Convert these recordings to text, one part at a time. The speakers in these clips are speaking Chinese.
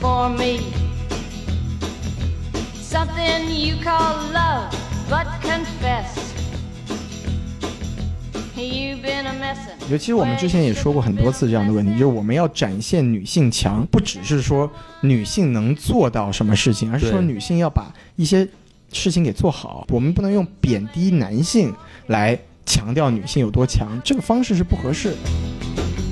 for me. Something you call love, but confess. You've been a messin'. 尤其我们之前也说过很多次这样的问题，就是我们要展现女性强，不只是说女性能做到什么事情，而是说对女性要把一些事情给做好。我们不能用贬低男性来强调女性有多强，这个方式是不合适的。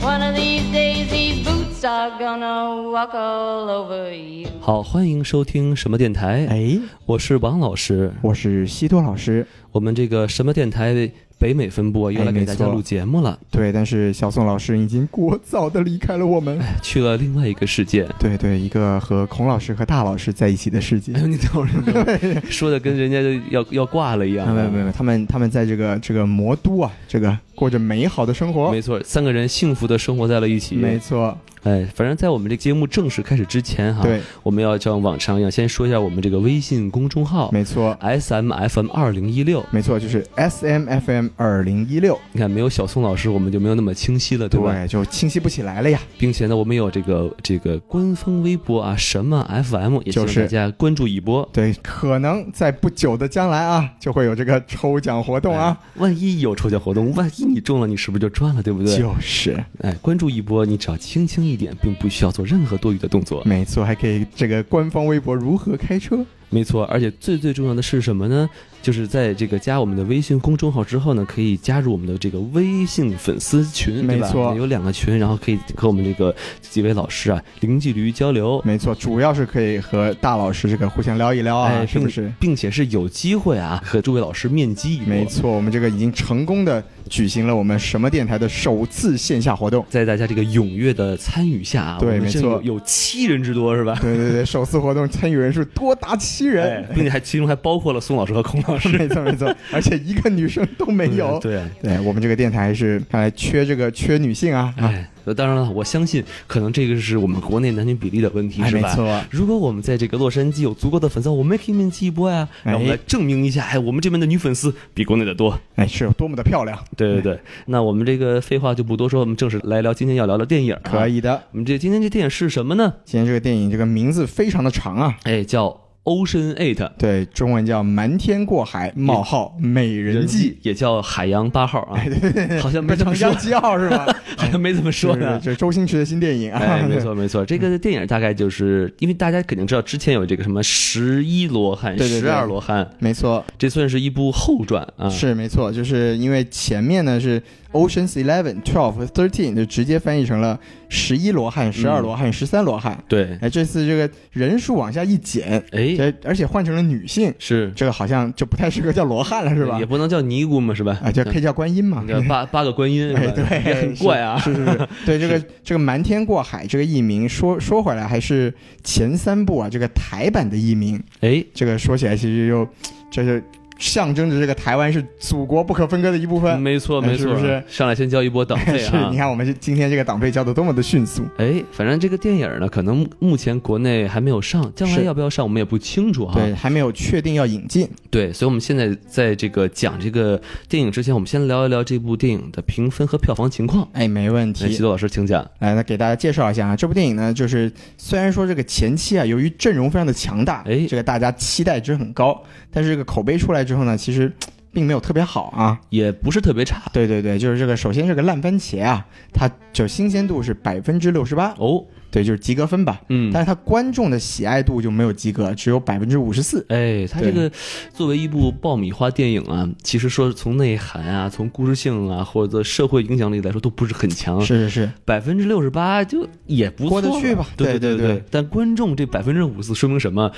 One of these days, these boots are gonna walk all over you. 好，欢迎收听什么电台？哎，我是王老师。我是西多老师。我们这个什么电台北美分部啊又哎来没给大家错录节目了，对，但是小宋老师已经过早的离开了我们。去了另外一个世界。对对，一个和孔老师和大老师在一起的 世界哎。呦，你等会儿你等会儿，说的跟人家要要挂了一样啊啊没。有没有没有，他们他们在这个这个魔都啊，这个过着美好的生活。没错，三个人幸福的生活在了一起。没错，哎，反正在我们这节目正式开始之前哈，对，我们要像往常一样，先说一下我们这个微信公众号没错， S M F M 二零一六。没错，就是 S M F M 二零一六，你看，没有小宋老师，我们就没有那么清晰了，对吧？对，就清晰不起来了呀。并且呢，我们有这个这个官方微博啊，什么 FM，也希就望是大家关注一波。对，可能在不久的将来啊，就会有这个抽奖活动啊。哎万一有抽奖活动，万一你中了，你是不是就赚了，对不对？就是，哎，关注一波，你只要轻轻一点，并不需要做任何多余的动作。没错，还可以这个官方微博如何开车？没错，而且最最重要的是什么呢？就是在这个加我们的微信公众号之后呢，可以加入我们的这个微信粉丝群，对吧没错有两个群，然后可以和我们这个几位老师啊零距离交流。没错，主要是可以和大老师这个互相聊一聊啊，哎，是不并是？并且是有机会啊，和诸位老师面基一波。没错，我们这个已经成功的举行了我们什么电台的首次线下活动。在大家这个踊跃的参与下啊，对我们现在没错有有七人之多是吧？对对对，首次活动参与人数多达七人，哎并且还其中还包括了宋老师和孔老师。 没错没错，而且一个女生都 没有。嗯对啊，对我们这个电台是看来缺这个缺女性啊，啊，哎，当然了，我相信可能这个是我们国内男女比例的问题，哎是没吧？错，如果我们在这个洛杉矶有足够的粉丝，我们也可以面基一波呀、哎让我们来证明一下，哎，我们这边的女粉丝比国内的多。哎是有多么的漂亮，对对对，那我们这个废话就不多说，我们正式来聊今天要聊的电影、啊。可。以的。我们这今天这电影是什么呢？今天这个电影这个名字非常的长啊，哎，叫《Ocean Eight》，对，中文叫《瞒天过海：冒号嗯美人哎计也叫《海洋八号》啊，好》，像没被怎长么江说，七号是吧？好像没怎么 说是是呢是。这是周星驰的新电影啊，哎，没错没错，这个电影大概就是因为大家肯定知道，之前有这个什么十一罗汉、对对对十二罗汉， 没错，这算是一部后传啊。是没错，就是因为前面呢是 Oceans Eleven、Twelve、Thirteen，就呃直接翻译成了十一罗汉、十二罗汉、十三罗汉。对，哎，这次这个人数往下一减，哎，这而且换成了女性，是这个好像就不太适合叫罗汉了，是吧也？不能叫尼姑嘛，是吧？啊，就可以叫观音嘛你。看八八个观音，是哎，吧对，也很怪啊。 是是是， 对这个这个瞒天过海这个译名，说说回来还是前三部啊，这个台版的译名，哎，这个说起来其实又这就象征着这个台湾是祖国不可分割的一部分。没错哎没是错不是，上来先交一波党 费是，啊你。看我们这今天这个党费交的多么的迅速。哎，反正这个电影呢，可能目前国内还没有上，将来是要不要上我们也不清楚哈。对，还没有确定要引进，对，所以我们现在在这个讲这个电影之前，我们先聊一聊这部电影的评分和票房情况。哎，没问来，西题。多老师，请讲。来，那给大家介绍一下啊，这部电影呢，就是虽然说这个前期啊，由于阵容非常的强大，哎这个大家期待值很高，但是这个口碑出来之后呢，其实嘖并没有特别好啊。也不是特别差对对对，就是这个，首先这个烂番茄啊，它就新鲜度是百分之六十八，哦。对，就是及格分吧。嗯，但是它观众的喜爱度就没有及格，只有百分之五十四。哎，它这个作为一部爆米花电影啊，其实说从内涵啊、从故事性啊，或者社会影响力来说，都不是很强。是是是，百分之六十八就也不错过了得去吧对对对对对但观众这百分之五四说明什么？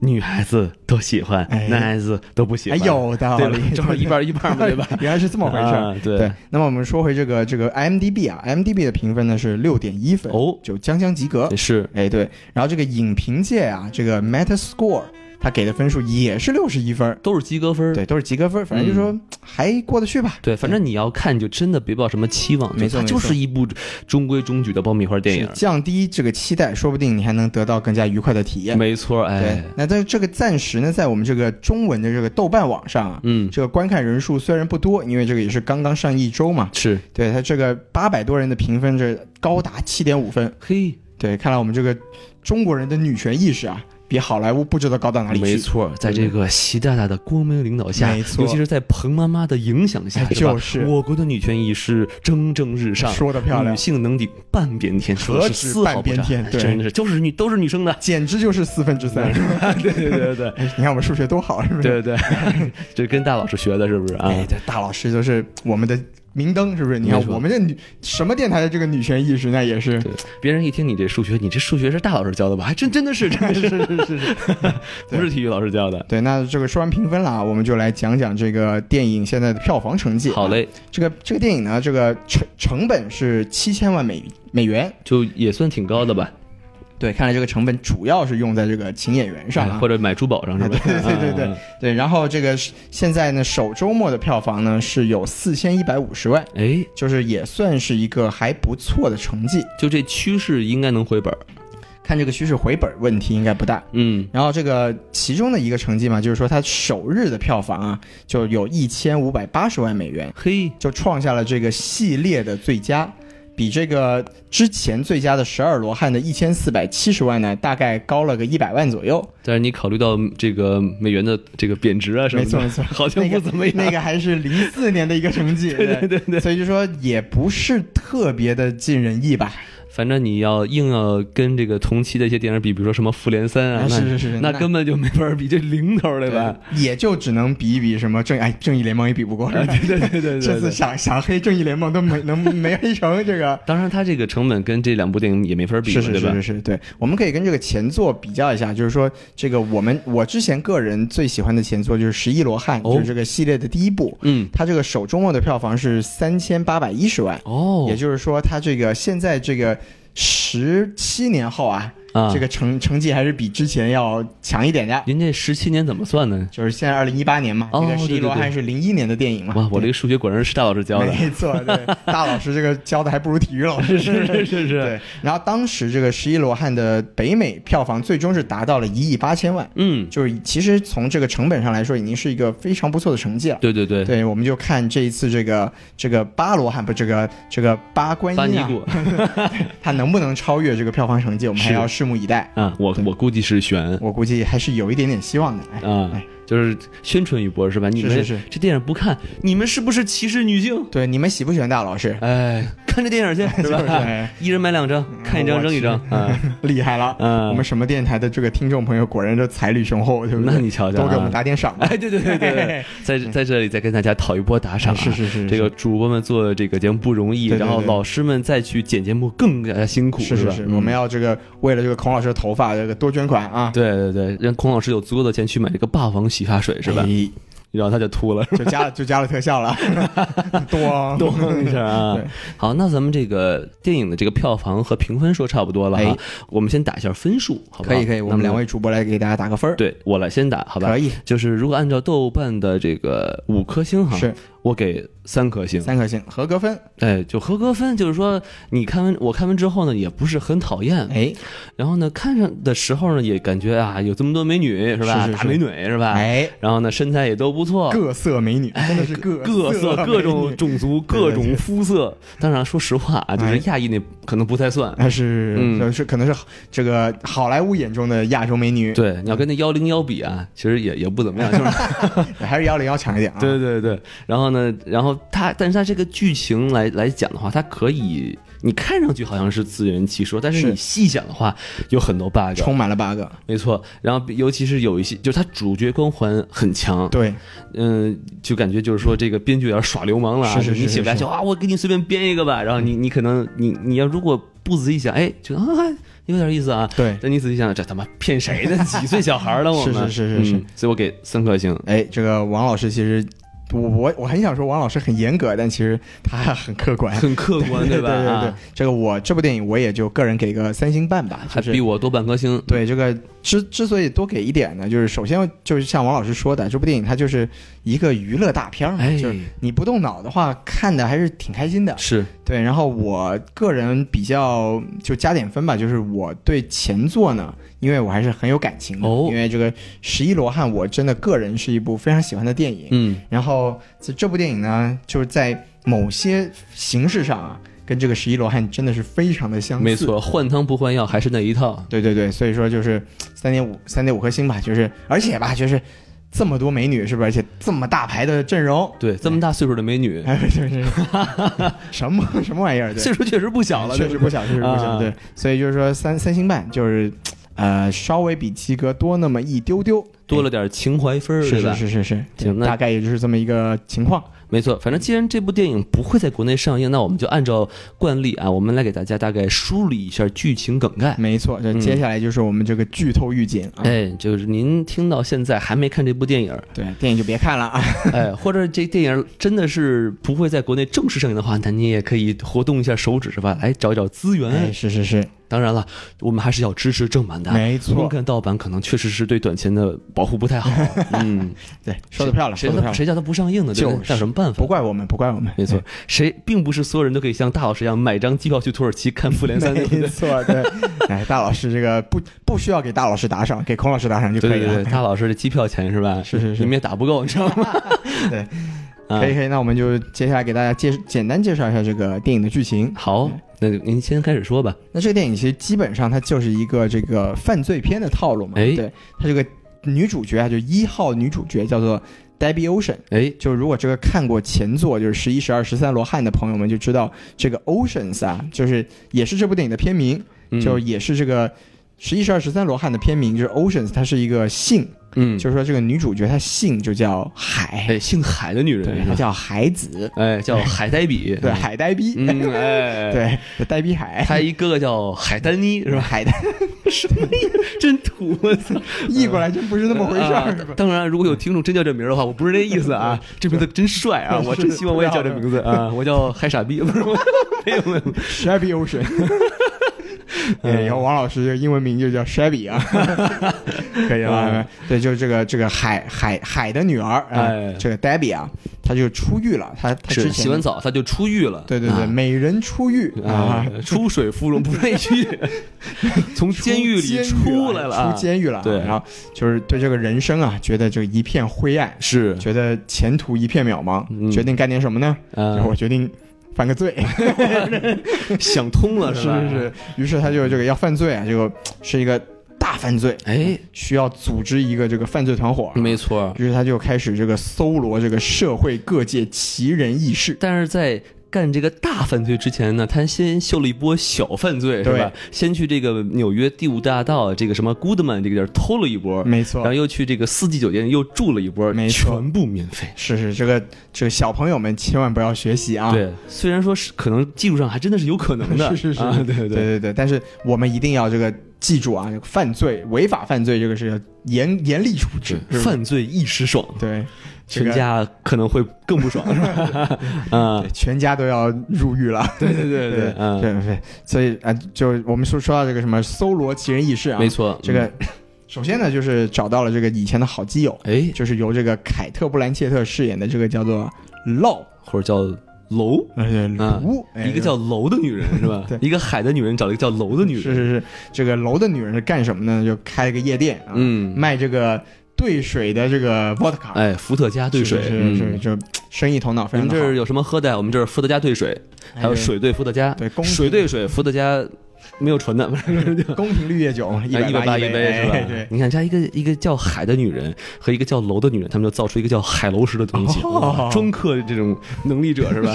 女孩子都喜欢，哎男孩子都不喜哎，欢。有道对吧理，？正好一半儿一 半儿嘛，对吧？原来是这么回事儿。啊对对，那么我们说回这个这个 IMDB 啊，IMDB 的评分呢是六点一分，哦就将将及格。是哎，对，然后这个影评界啊，这个 Metascore 它给的分数也是六十一分儿，都是及格分儿。对，都是及格分儿，反正就说嗯还过得去吧。对，反正你要看就真的别抱什么期望，没错就它就没错是一部中规中矩的爆米花电是影。降低这个期待，说不定你还能得到更加愉快的体验。没错，对哎，，那但是这个暂时呢，在我们这个中文的这个豆瓣网上啊，嗯，这个观看人数虽然不多，因为这个也是刚刚上一周嘛，是对它这个八百多人的评分，这高达七点五分。嘿，对，看来我们这个中国人的女权意识啊，比好莱坞不知道高到哪里去。没错，在这个习大大的光明领导下，没错尤其是在彭妈妈的影响下，哎对吧就是我国的女权意识蒸蒸日上，说得漂亮女性能顶半边天，说的何是止丝毫半不边差天对，真的是就是女都是女生的简直就是四分之三。对对对对哎你看我们数学多好，是不是？对对对，这跟大老师学的是不是啊？哎，这大老师就是我们的明灯，是不是？你没看错我们这女什么电台的这个女权意识，那也是对，别人一听你这数学，你这数学是大老师教的吧？还 真真的是，真的是，是 是是，不是体育老师教的。对。那这个说完评分了啊，我们就来讲讲这个电影现在的票房成绩。 好，嘞，这个这个电影呢，这个成成本是七千万美美元。就也算挺高的吧，对，看来这个成本主要是用在这个请演员上哎啊。或者买珠宝上是 吧？对对对对啊对，然后这个是现在呢，首周末的票房呢是有四千一百五十万，哎，就是也算是一个还不错的成绩。就这趋势应该能回本儿。看这个趋势回本问题应该不大。嗯，然后这个其中的一个成绩嘛，就是说它首日的票房啊，就有一千五百八十万美元，嘿，就创下了这个系列的最佳，比这个之前最佳的《十二罗汉》的一千四百七十万呢，大概高了个一百万左右。但是你考虑到这个美元的这个贬值啊什么没的，错没错， 好像不怎么样。那个、那个还是零四年的一个成绩，对对对所以就说也不是特别的尽人意吧。反正你要硬要跟这个同期的一些电影比，比如说什么《复联三》啊，啊那是是是那那根本就没法比，这零头儿对吧？ 也就只能比一比什么正哎正义联盟也比不过， 啊，对对对对对对。这次想想黑正义联盟都没能没黑成这 个。当然，它这个成本跟这两部电影也没法比，是是对是吧是？是，对，我们可以跟这个前作比较一下，就是说，这个我们我之前个人最喜欢的前作就是《十一罗汉》哦就是这个系列的第一部，嗯，它这个首周末的票房是三千八百一十万，哦，也就是说，它这个现在这个十七年后啊，啊，这个成成绩还是比之前要强一点的，您这十七年怎么算呢？就是现在二零一八年嘛，哦这个《十对对一罗汉》是零一年的电影嘛，哇，我这对个数学果然是大老师教的，没错，对，大老师这个教的还不如体育老师， 是是是是，对，然后当时这个《十一罗汉》的北美票房最终是达到了一亿八千万，嗯，就是其实从这个成本上来说，已经是一个非常不错的成绩了。对对对，对，我们就看这一次这个这个巴罗汉不这个这个巴观巴音尼啊，古他能不能超越这个票房成绩，我们还是要拭目以待。啊，我我估计是悬我估计还是有一点点希望的。哎，啊哎，就是宣传一波是吧？你们是是是这电影不看，你们是不是歧视女性？对，你们喜不喜欢大老师？哎，看这 电影去是就是吧？哎 一人买两张，看一张我扔一张 啊，厉害了。嗯我们什么电台的这个听众朋友果然这财力雄厚，对不对？那你瞧瞧啊多给我们打点赏吧。哎，对对 对对对，在在这里再跟大家讨一波打赏啊，是是嗯是是这个主播们做这个节目不容易，对对然后对老师们再去剪节目更加辛苦，是是吧是，？嗯我们要这个为了这个孔老师的头发，这个多捐款啊，对对对，让孔老师有足够的钱去买这个霸王洗发水是吧？哎然后他就秃 了，就加了就加了特效了，多咚一下啊对！好，那咱们这个电影的这个票房和评分说差不多了啊哎，我们先打一下分数，好不 好？可以可以，我那们么两位主播来给大家打个分儿，对我来先打，好吧？可以就是如果按照豆瓣的这个五颗星哈，是我给三颗星，三颗星合格分，哎，就合格分，就是说你看完我看完之后呢，也不是很讨厌，哎然后呢，看上的时候呢，也感觉啊，有这么多美女是吧？是是是大美女是吧？哎，然后呢，身材也都不错，各色美女真的是各哦哎各色、美女各种种族、对各种肤色。当然，说实话啊，就是哎亚裔那可能不太算。哎是嗯是是可能是这个好莱坞眼中的亚洲美女，对，你要跟那幺零幺比啊，其实也也不怎么 样，就是还是幺零幺强一点啊，对对对。然后呢，然后它，但是它这个剧情来来讲的话，它可以，你看上去好像是自圆其说，但是是你细想的话，有很多 bug。充满了 bug，没错，然后尤其是有一些，就是它主角光环很强，对嗯，就感觉就是说这个编剧有点耍流氓了啊！是是就是你是是写不下去是啊，我给你随便编一个吧。然后你你可能你你要如果不仔细想，哎，觉得啊有点意思啊。对，但你仔细想，这他妈骗谁呢？几岁小孩了我们？是是是是是嗯所以我给三颗星。哎，这个王老师其实。我我我很想说王老师很严格，但其实他很客观，很客观，哎对吧？ 对对啊，这个我这部电影我也就个人给个三星半吧，还就是比我多半颗星。对这个之之所以多给一点呢，就是首先就是像王老师说的，这部电影它就是一个娱乐大片儿嘛，哎嗯就是你不动脑的话，看的还是挺开心的。是对，然后我个人比较就加点分吧，就是我对前作呢，因为我还是很有感情的，哦因为这个《十一罗汉》我真的个人是一部非常喜欢的电影。嗯，然后这这部电影呢，就是在某些形式上啊，跟这个十一罗汉真的是非常的相似。没，错，换汤不换药，还是那一套。对对对，所以说就是三点五三点五颗星吧，就是而且吧，就是这么多美女是不是？而且这么大牌的阵容，对，这么大岁数的美女，哎，就是 什么什么玩意儿？对岁数确实不小了，确对实不不对小，确实不小。啊对，所以就是说三三星半就是。呃，稍微比七哥多那么一丢丢，哎多了点情怀分儿，是对吧是？是是是，行那大概也就是这么一个情况。没错，反正既然这部电影不会在国内上映，那我们就按照惯例啊，我们来给大家大概梳理一下剧情梗概。没错，这嗯接下来就是我们这个剧透预警啊，哎，就是您听到现在还没看这部 电影，对，电影就别看了啊。哎，或者这电影真的是不会在国内正式上映的话，那你也可以活动一下手指是吧？来找一找资源。哎，是是是，当然了，我们还是要支持正版的。没我们错，啊看盗版可能确实是对短钱的保护不太好。 嗯，对，说的漂亮，谁说的漂亮，谁谁叫他不上映呢？对不对就是那有什么办法不？怪我们，不怪我们，没错，谁并不是所有人都可以像大老师一样买张机票去土耳其看复 联三，对 不没对？错，对。哎，大老师这个不不需要给大老师打赏，给孔老师打赏就对可以对对，了。大老师的机票钱是吧？是是是你们也打不够，你知道吗？ 对， 啊可以可以，那我们就接下来给大家介简单介绍一下这个电影的剧情。好，那您先开始说吧。那这个电影其实基本上它就是一个这个犯罪片的套路嘛，哎对，它这个女主角啊，就一号女主角叫做 Debbie Ocean。哎，就如果这个看过前作，就是十一、十二、十三罗汉的朋友们就知道，这个 Oceans 啊，就是也是这部电影的片名，嗯就也是这个十一、十二、十三罗汉的片名，就是 Oceans，它是一个姓，嗯，就是说这个女主角她姓就叫海，哎，姓海的女人，对，是吧她叫海子，哎，叫海呆比，对，，海呆逼，嗯，哎，， 对，呆逼海，他一哥哥叫海丹妮，是吧？海呆， 什么呀，真土，我操， 译过来真不是那么回事儿，是啊吧当然，如果有听众真叫这名儿的话，我不是那意 思啊，这名字真帅啊，我真希望我也叫这名字啊，我叫海傻逼，不是我， 没有没有， Shabby Ocean。对，以嗯后王老师这英文名就叫 Shabby 啊，可以嗯吧？对，就这个这个海海海的女儿哎啊，这个 Debbie 啊，她就出狱了，她她之是前洗完澡他就出狱了，对对对，啊。美人出狱啊啊，，出水芙蓉不是狱， 从监狱里出来了啊，出监狱了啊，对然后就是对这个人生啊，觉得这一片灰暗，是觉得前途一片渺嗯茫，决定干点什么呢？然后啊我，决定犯个 罪。想通了是吧？是是，于是他就这个要犯罪啊，这个是一个大犯罪，哎，需要组织一个这个犯罪团伙。没错儿，于是他就开始这个搜罗这个社会各界奇人异事，但是在干这个大犯罪之前呢，他先秀了一波小犯罪，是吧？先去这个纽约第五大道这个什么 Goodman 这个地儿偷了一波，没然后错，又去这个四季酒店又住了一波，没错全部免费。是是这个这个小朋友们千万不要学习啊！对，虽然说是可能技术上还真的是有可能的， 是是是啊对对对对对，但是我们一定要这个记住啊，这个犯罪违法犯罪这个是要严严厉处置，是是吧犯罪一时爽，对这全个家可能会更不爽，是 吧？啊对，全家都要入狱了。对对对对嗯，对对，所以啊，就我们说说到这个什么搜罗奇人异事啊，没错，嗯这个首先呢，就是找到了这个以前的好基友，嗯哎，就是由这个凯特·布兰切特饰演的这个叫做洛，或者叫楼，呃，卢，哎一个叫楼的女人是吧对？一个海的女人找了一个叫楼的女人，是是是，这个楼的女人是干什么呢？就开了个夜店啊，嗯，卖这个兑水的这个 vodka，哎，伏特加兑水，是嗯是是，这生意头脑你非们常哎这儿的有什么喝的？我们这儿伏特加兑水，好，还有水兑伏特加，对宫水兑水，伏特加没有纯的，哎 宫廷绿叶酒一哦一百八一一杯是吧哎？对。你看，加一个一个叫海的女人和一个叫楼的女人，他们就造出一个叫海楼石的东西，哦哇装客这种能力者是吧？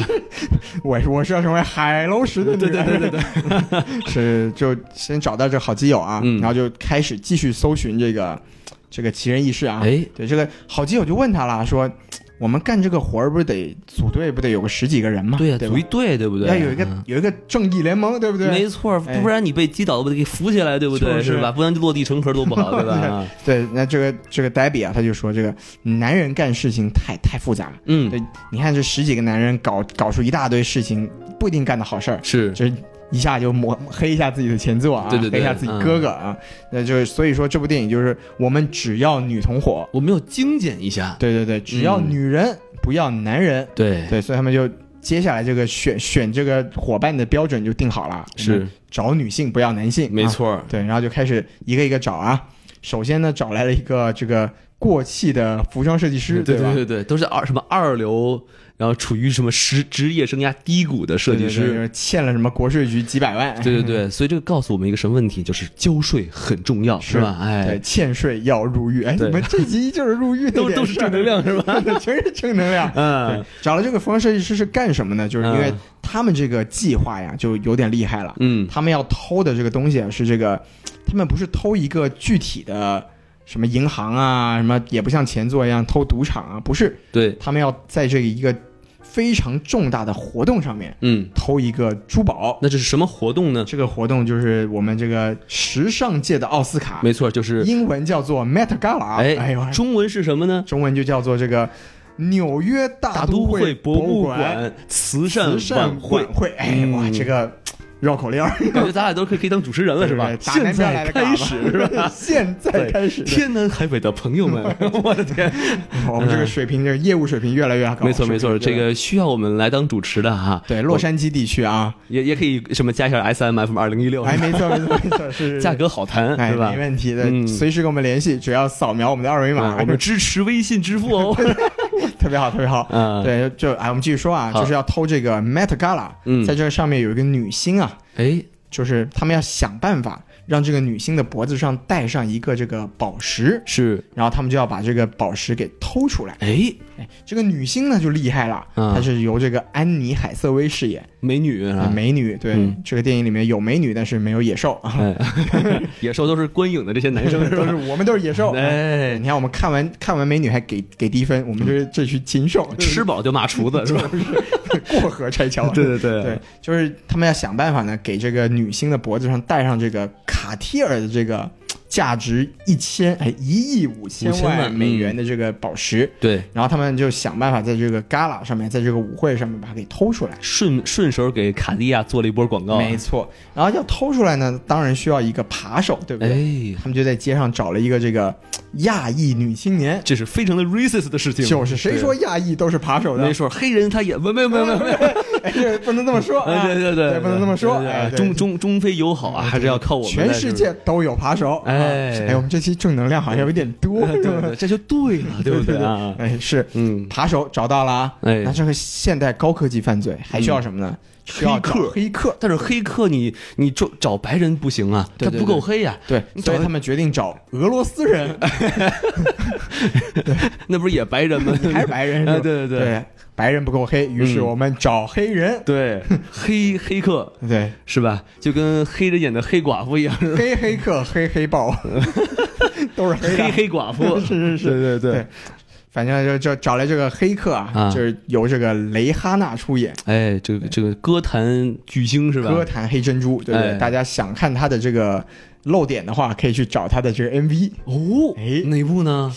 我我是要成为海楼石的女人， 对对对对对， 是就先找到这好基友啊，嗯然后就开始继续搜寻这个这个奇人异事啊。哎，对，这个好基友就问他了，说我们干这个活儿不是得组队，不得有个十几个人吗？对呀，对组吧一队，对不对？要有一个嗯。有一个正义联盟，对不对？没错，哎不然你被击倒了，不得给扶起来，对不对？就是吧？不然就落地成盒多不好，对吧？啊 对，那这个这个黛比啊，他就说这个男人干事情太太复杂了，嗯，对，你看这十几个男人搞搞出一大堆事情，不一定干的好事儿。是这一下就抹黑一下自己的前作啊，嗯对对嗯对黑一下自己哥哥啊，那就是所以说这部电影就是我们只要女同伙，我们要精简一下，对对对，只要嗯女人、不要男人，对，对，所以他们就接下来这个选选这个伙伴的标准就定好了，我是们找女性不要男性，没啊错，对，然后就开始一个一个找啊，首先呢找来了一个这个过气的服装设计师，对吧？对对，都是二什么二流，然后处于什么职职业生涯低谷的设计对对师。对欠了什么国税局几百万， 对对对，所以这个告诉我们一个什么问题，就是交税很重要，是吧？对哎，欠税要入狱。哎，对你们这集就是入 狱那都点都是事儿正能量，是吧？ 对全是正能量。对 嗯，找了这个服装设计师是干什么呢？就是因为嗯他们这个计划呀，就有点厉害了。嗯他们要偷的这个东西啊是这个，他们不是偷一个具体的什么银行啊，什么也不像前作一样偷赌场啊，不是，对，他们要在这一个非常重大的活动上面嗯，偷一个珠宝。那这是什么活动呢？这个活动就是我们这个时尚界的奥斯卡，没错，就是英文叫做 Met Gala，哎哎呦，，中文是什么呢？中文就叫做这个纽约大都都会博物物馆慈善慈善晚会晚，会。哎，哇，嗯这个绕口令儿感觉咱俩都可以可以当主持人了，是吧对？打南现边来在的开始是吧？吧？ 现在对开始，天南海北的朋 友们，我的天！我们这个水平，这个业务水平越来越高。嗯没错没错，水平这越来越个需要我们来当主持的哈。对洛杉矶地区啊，也也可以什么加一下 S M F 二零一六，哎，没错没错没错，是价。格好谈，哎，是吧没？问题的，嗯随时跟我们联系，只要扫描我们的二维码，哎啊我们支持微信支 付哦。特别好，特别好。 嗯，，对，就哎，我们继续说啊，好就是要偷这个 Met Gala，嗯在这个上面有一个女星啊，哎，就是他们要想办法让这个女星的脖子上戴上一个这个宝石，是，然后他们就要把这个宝石给偷出来。哎，哎，这个女星呢就厉害了，嗯她是由这个安妮海瑟薇饰演，美女啊，美女。对，嗯这个电影里面有美女，但是没有野 兽啊，哎，野兽都是观影的这些男生是都吧？ 是我们都是野兽。哎你，看我们看完看完美女还给给低分，我们这这群禽兽 吃饱就骂厨子是吧？ 过河拆桥。对对对对，就是他们要想办法呢，给这个女星的脖子上戴上这个卡蒂尔的这个价值一千哎一亿五千五千万万美元的这个宝石，对，然后他们就想办法在这个 gala 上面，在这个舞会上面把它给偷出来。顺顺手给卡地亚做了一波广告啊，没错，然后要偷出来呢，当然需要一个扒手，对不对？哎，他们就在街上找了一个这个亚裔女青年，这是非常的 racist 的事情，就是谁说亚裔都是扒手对的？没错，黑人他也没有没有没有没有没有， 哎，这不能这么说、啊， 哎对对对，不能这么说。对对对哎，对中中中非友好啊，还是要靠我们全来世。界都有扒手。哎啊哎，我们这期正能量好像有点多，是不是 对对对，这就对了，对不对啊？哎，是嗯，扒手找到了啊。哎嗯那这个现代高科技犯罪还需要什么呢？需要找黑客黑客。但是黑客你你找找白人不行啊，对他对不够黑呀、对，你所找以他们决定找俄罗斯人，那不是也白人吗？还是白人？ 是吧哎对对对对白人不够黑，于是嗯我们找黑人。 对，黑黑客对，是吧？就跟黑着眼的黑寡妇一样， 黑黑客、黑黑豹， 都是黑的。黑黑寡妇 是是是，对对对对反正就就找来这个黑客啊，啊就是由这个雷哈娜出演，哎，这个这个歌坛巨星是吧？歌坛黑珍珠，对不对？哎大家想看他的这个露点的话，可以去找他的这个 MV。哦，哎哪部呢？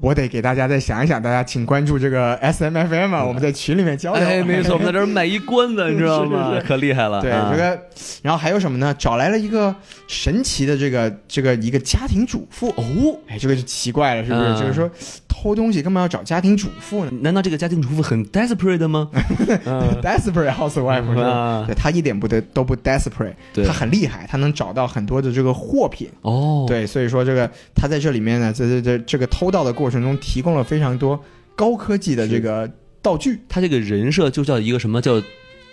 我得给大家再想一想，大家请关注这个 S M F M 啊，我们在群里面交流。嗯哎，没错，我们在这儿卖一关子，你知道 吗？是可厉害了，对，啊这个，然后还有什么呢？找来了一个神奇的这个这个一个家庭主妇哦。哎，这个就奇怪了，是不是？嗯就是说偷东西干嘛要找家庭主妇呢难道这个家庭主妇很 desperate 吗？嗯？Desperate housewife 是吧？啊对他一点不得都不 desperate，对他很厉害，他能找到很多的这个货品。哦，对，所以说这个他在这里面呢，在这这这个偷盗的过程中提供了非常多高科技的这个道具。他这个人设就叫一个什么叫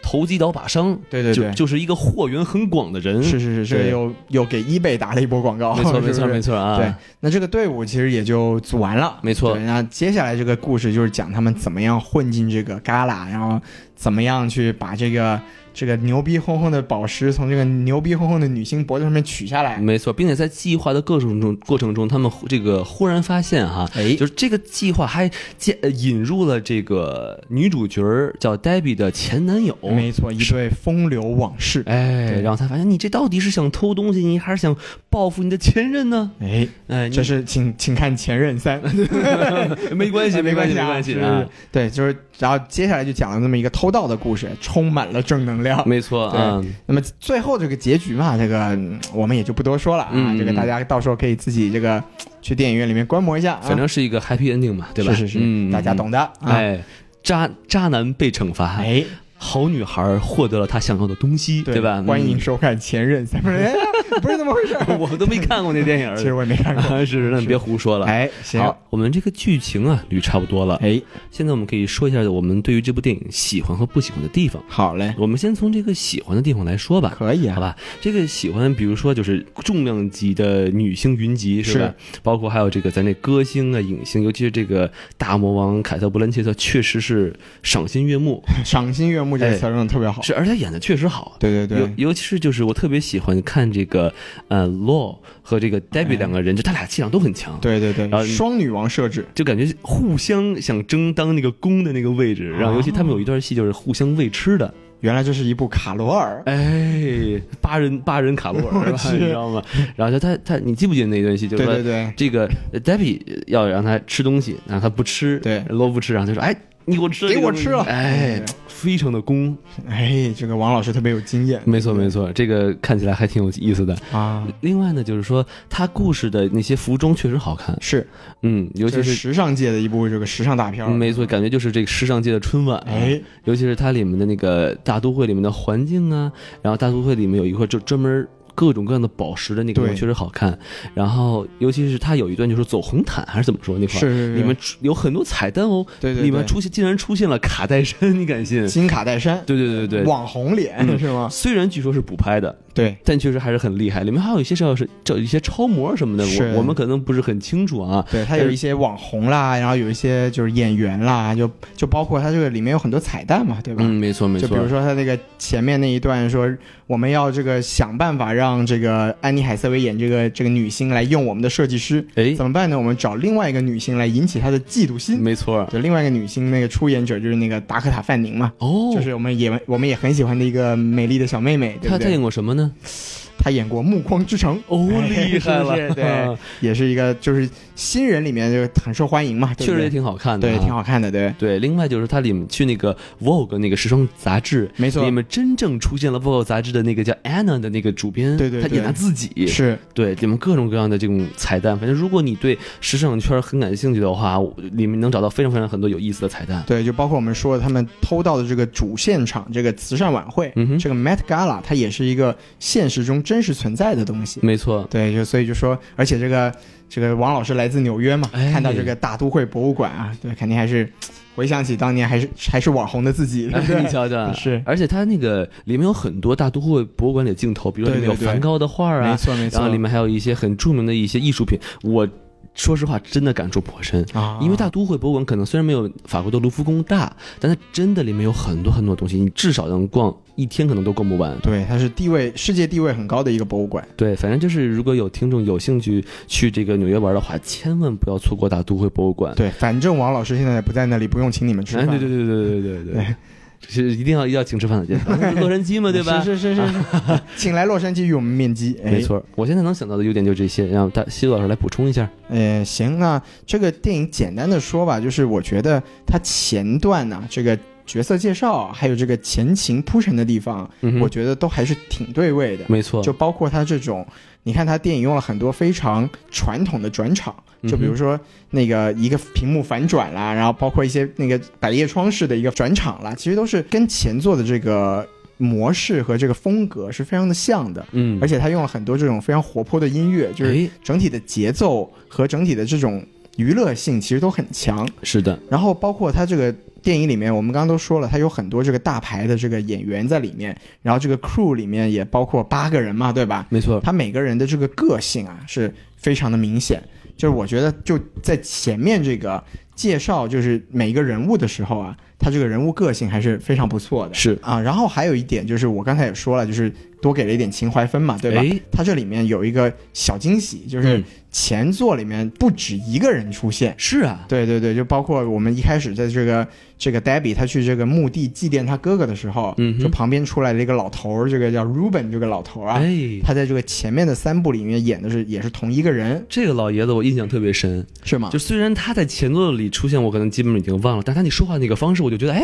投机倒把商，对对对就，就是一个货源很广的人，是是是，这个对又又给 eBay 打了一波广告，没错 没是错不是没错啊，对，那这个队伍其实也就组完了，没错对那接下来这个故事就是讲他们怎么样混进这个旮旯，然后怎么样去把这个这个牛逼哄哄的宝石从这个牛逼哄哄的女星脖子上面取下来。没错，并且在计划的各种中过程中，他们这个忽然发现哈、哎就是这个计划还加呃引入了这个女主角儿叫 Debbie 的前男友，没错，一对风流往事。哎对，然后他发现你这到底是想偷东西，你还是想报复你的前任呢？哎，哎，你这是请请看《前任三》，没 关系，没关系，没关系是啊，对，就是然后接下来就讲了这么一个偷盗的故事，充满了正能量。没错对啊，那么最后这个结局嘛，这个嗯我们也就不多说了啊，嗯这个大家到时候可以自己这个去电影院里面观摩一下啊，反正是一个 happy ending 嘛，对吧？是是是，嗯，大家懂的。嗯。哎，渣渣男被惩啊，罚，哎，好女孩获得了她想要的东西，对吧？欢迎嗯 收看《前任三》。哎不是那么回事儿。我都没看过那 电影儿。其实我也没 看过。啊是是，那你别胡说了。哎，行，好，我们这个剧情啊捋差不多了。哎，现在我们可以说一下我们对于这部电影喜欢和不喜欢的地方。好嘞，我们先从这个喜欢的地方来说吧，可以好啊。吧？这个喜欢，比如说就是重量级的女星云集是吧？包括还有这个咱这歌星啊、影星，尤其是这个大魔王凯特·布兰切特，确实是赏心悦目，赏心悦目这个词儿用的特别好。哎是而且演的确实好。对对对，尤尤其是就是我特别喜欢看这个呃 Law 和这个哎 Debbie 两个人，就他俩气场都很强。对对对，然后双女王设置，就感觉互相想争当那个公的那个喂哦置，然后尤其他们有一段戏就是互相喂吃的，原来这是一部卡罗尔。哎，八人八人卡路 尔，去你知道吗？然后就他他，你记不记得那段戏？就对是说对对，这个呃 Debbie 要让他吃东西，然后他不吃，对罗不吃，然后他说：“哎，你给我吃，给我这个东西吃了啊嗯哎对，非常的公，哎，这个王老师特别有经验。没错没错，这个看起来还挺有意思的。错啊，另外呢，就是说他故事的那些服装确实好看，是，嗯，尤其这是是。时尚界的一部这个时尚大片儿。没错，感嗯觉就是这个时尚界的春晚、啊哎，尤其是它里面的那个大都会里面的环境啊，然后大都会里面有一块就专门各种各样的宝石的那个对确实好看，然后尤其是它有一段就是走红毯还是怎么说那块是儿，是是，里面出有很多彩蛋哦，对对对里面出现竟然出现了卡戴珊，你敢信？金卡戴珊，对对对对对，网红脸嗯是吗？虽然据说是补拍的，对，但确实还是很厉害，里面还有一些是要是叫一些超模什么的，是我我们可能不是很清楚啊，对，它有一些网红啦，然后有一些就是演员啦，就就包括它这个里面有很多彩蛋嘛，对吧？嗯，没错没就错，比如说它那个前面那一段说，我们要这个想办法让这个安妮海瑟薇演这个这个女星来用我们的设计师，哎，怎么办呢？我们找另外一个女星来引起她的嫉妒心。没错就另外一个女星，那个出演者就是那个达科塔·范宁嘛，哦，就是我们也我们也很喜欢的一个美丽的小妹妹，对他不他对演？过什么呢？她演过《暮光之城》， 哦，厉害了，是不是对，也是一个就是新人里面就是很受欢迎嘛，对确不实对也挺好看的、啊对，挺好。好看的，对，对，另外就是它里面去那个 Vogue 那个时装杂志，没错里，面真正出现了 Vogue 杂志的那个叫 Anna 的那个主编，对对她对演她自己，是对，里面各种各样的这种彩蛋。反正如果你对时尚圈很感兴趣的话，我里面能找到非常非常很多有意思的彩蛋。对，就包括我们说他们偷到的这个主现场这个慈善晚会，嗯哼这个 Met Gala，它也是一个现实中真实存在的东西，没错，对，就所以就说，而且这个这个王老师来自纽约嘛，哎看到这个大都会博物馆啊，对，肯定还是回想起当年还是还是网红的自己，对不哎，你对？瞧瞧， 是而且它那个里面有很多大都会博物馆里的镜头，比如说里面有对对对梵高的画儿没啊，错没然错后，里面还有一些很著名的一些艺术品。我说实话，真的感触颇深。啊，因为大都会博物馆可能虽然没有法国的卢浮宫大，但它真的里面有很多很多东西，你至少能逛一天，可能都逛不完。对它是地位世界地位很高的一个博物馆，对，反正就是如果有听众有兴趣去这个纽约玩的话，千万不要错过大都会博物馆。对，反正王老师现在也不在那里，不用请你们吃哎，饭，哎对对对对对对对对，是一定要要请吃饭的，这 洛杉矶嘛，对吧？是是是是 是，请来洛杉矶与我们面基。哎没，错，我现在能想到的优点就这些，让大西子老师来补充一下。呃，行，那这个电影简单的说吧，就是我觉得它前段呢、这个角色介绍还有这个前情铺陈的地方，嗯哼我觉得都还是挺对位的。没错，就包括它这种，你看它电影用了很多非常传统的转场，就比如说那个一个屏幕反转啦，然后包括一些那个百叶窗式的一个转场啦，其实都是跟前作的这个模式和这个风格是非常的像的。嗯，而且他用了很多这种非常活泼的音乐，就是哎，整体的节奏和整体的这种娱乐性其实都很强。是的，然后包括它这个电影里面，我们刚刚都说了，它有很多这个大牌的这个演员在里面，然后这个 crew 里面也包括八个人嘛，对吧？没错，他每个人的这个个性啊是非常的明显。就是我觉得就在前面这个介绍就是每一个人物的时候啊，他这个人物个性还是非常不错的。是啊，然后还有一点就是我刚才也说了，就是多给了一点情怀分嘛，对吧？哎它这里面有一个小惊喜，就是嗯前作里面不止一个人出现。是啊，对对对，就包括我们一开始在这个这个 Debbie 她去这个墓地祭奠她哥哥的时候，嗯哼就旁边出来了一个老头儿，这个叫 Ruben 这个老头儿啊，哎，他在这个前面的三部里面演的是也是同一个人，这个老爷子我印象特别深，是吗就？虽然他在前作里出现，我可能基本已经忘了，但他你说话那个方式，我就觉得哎，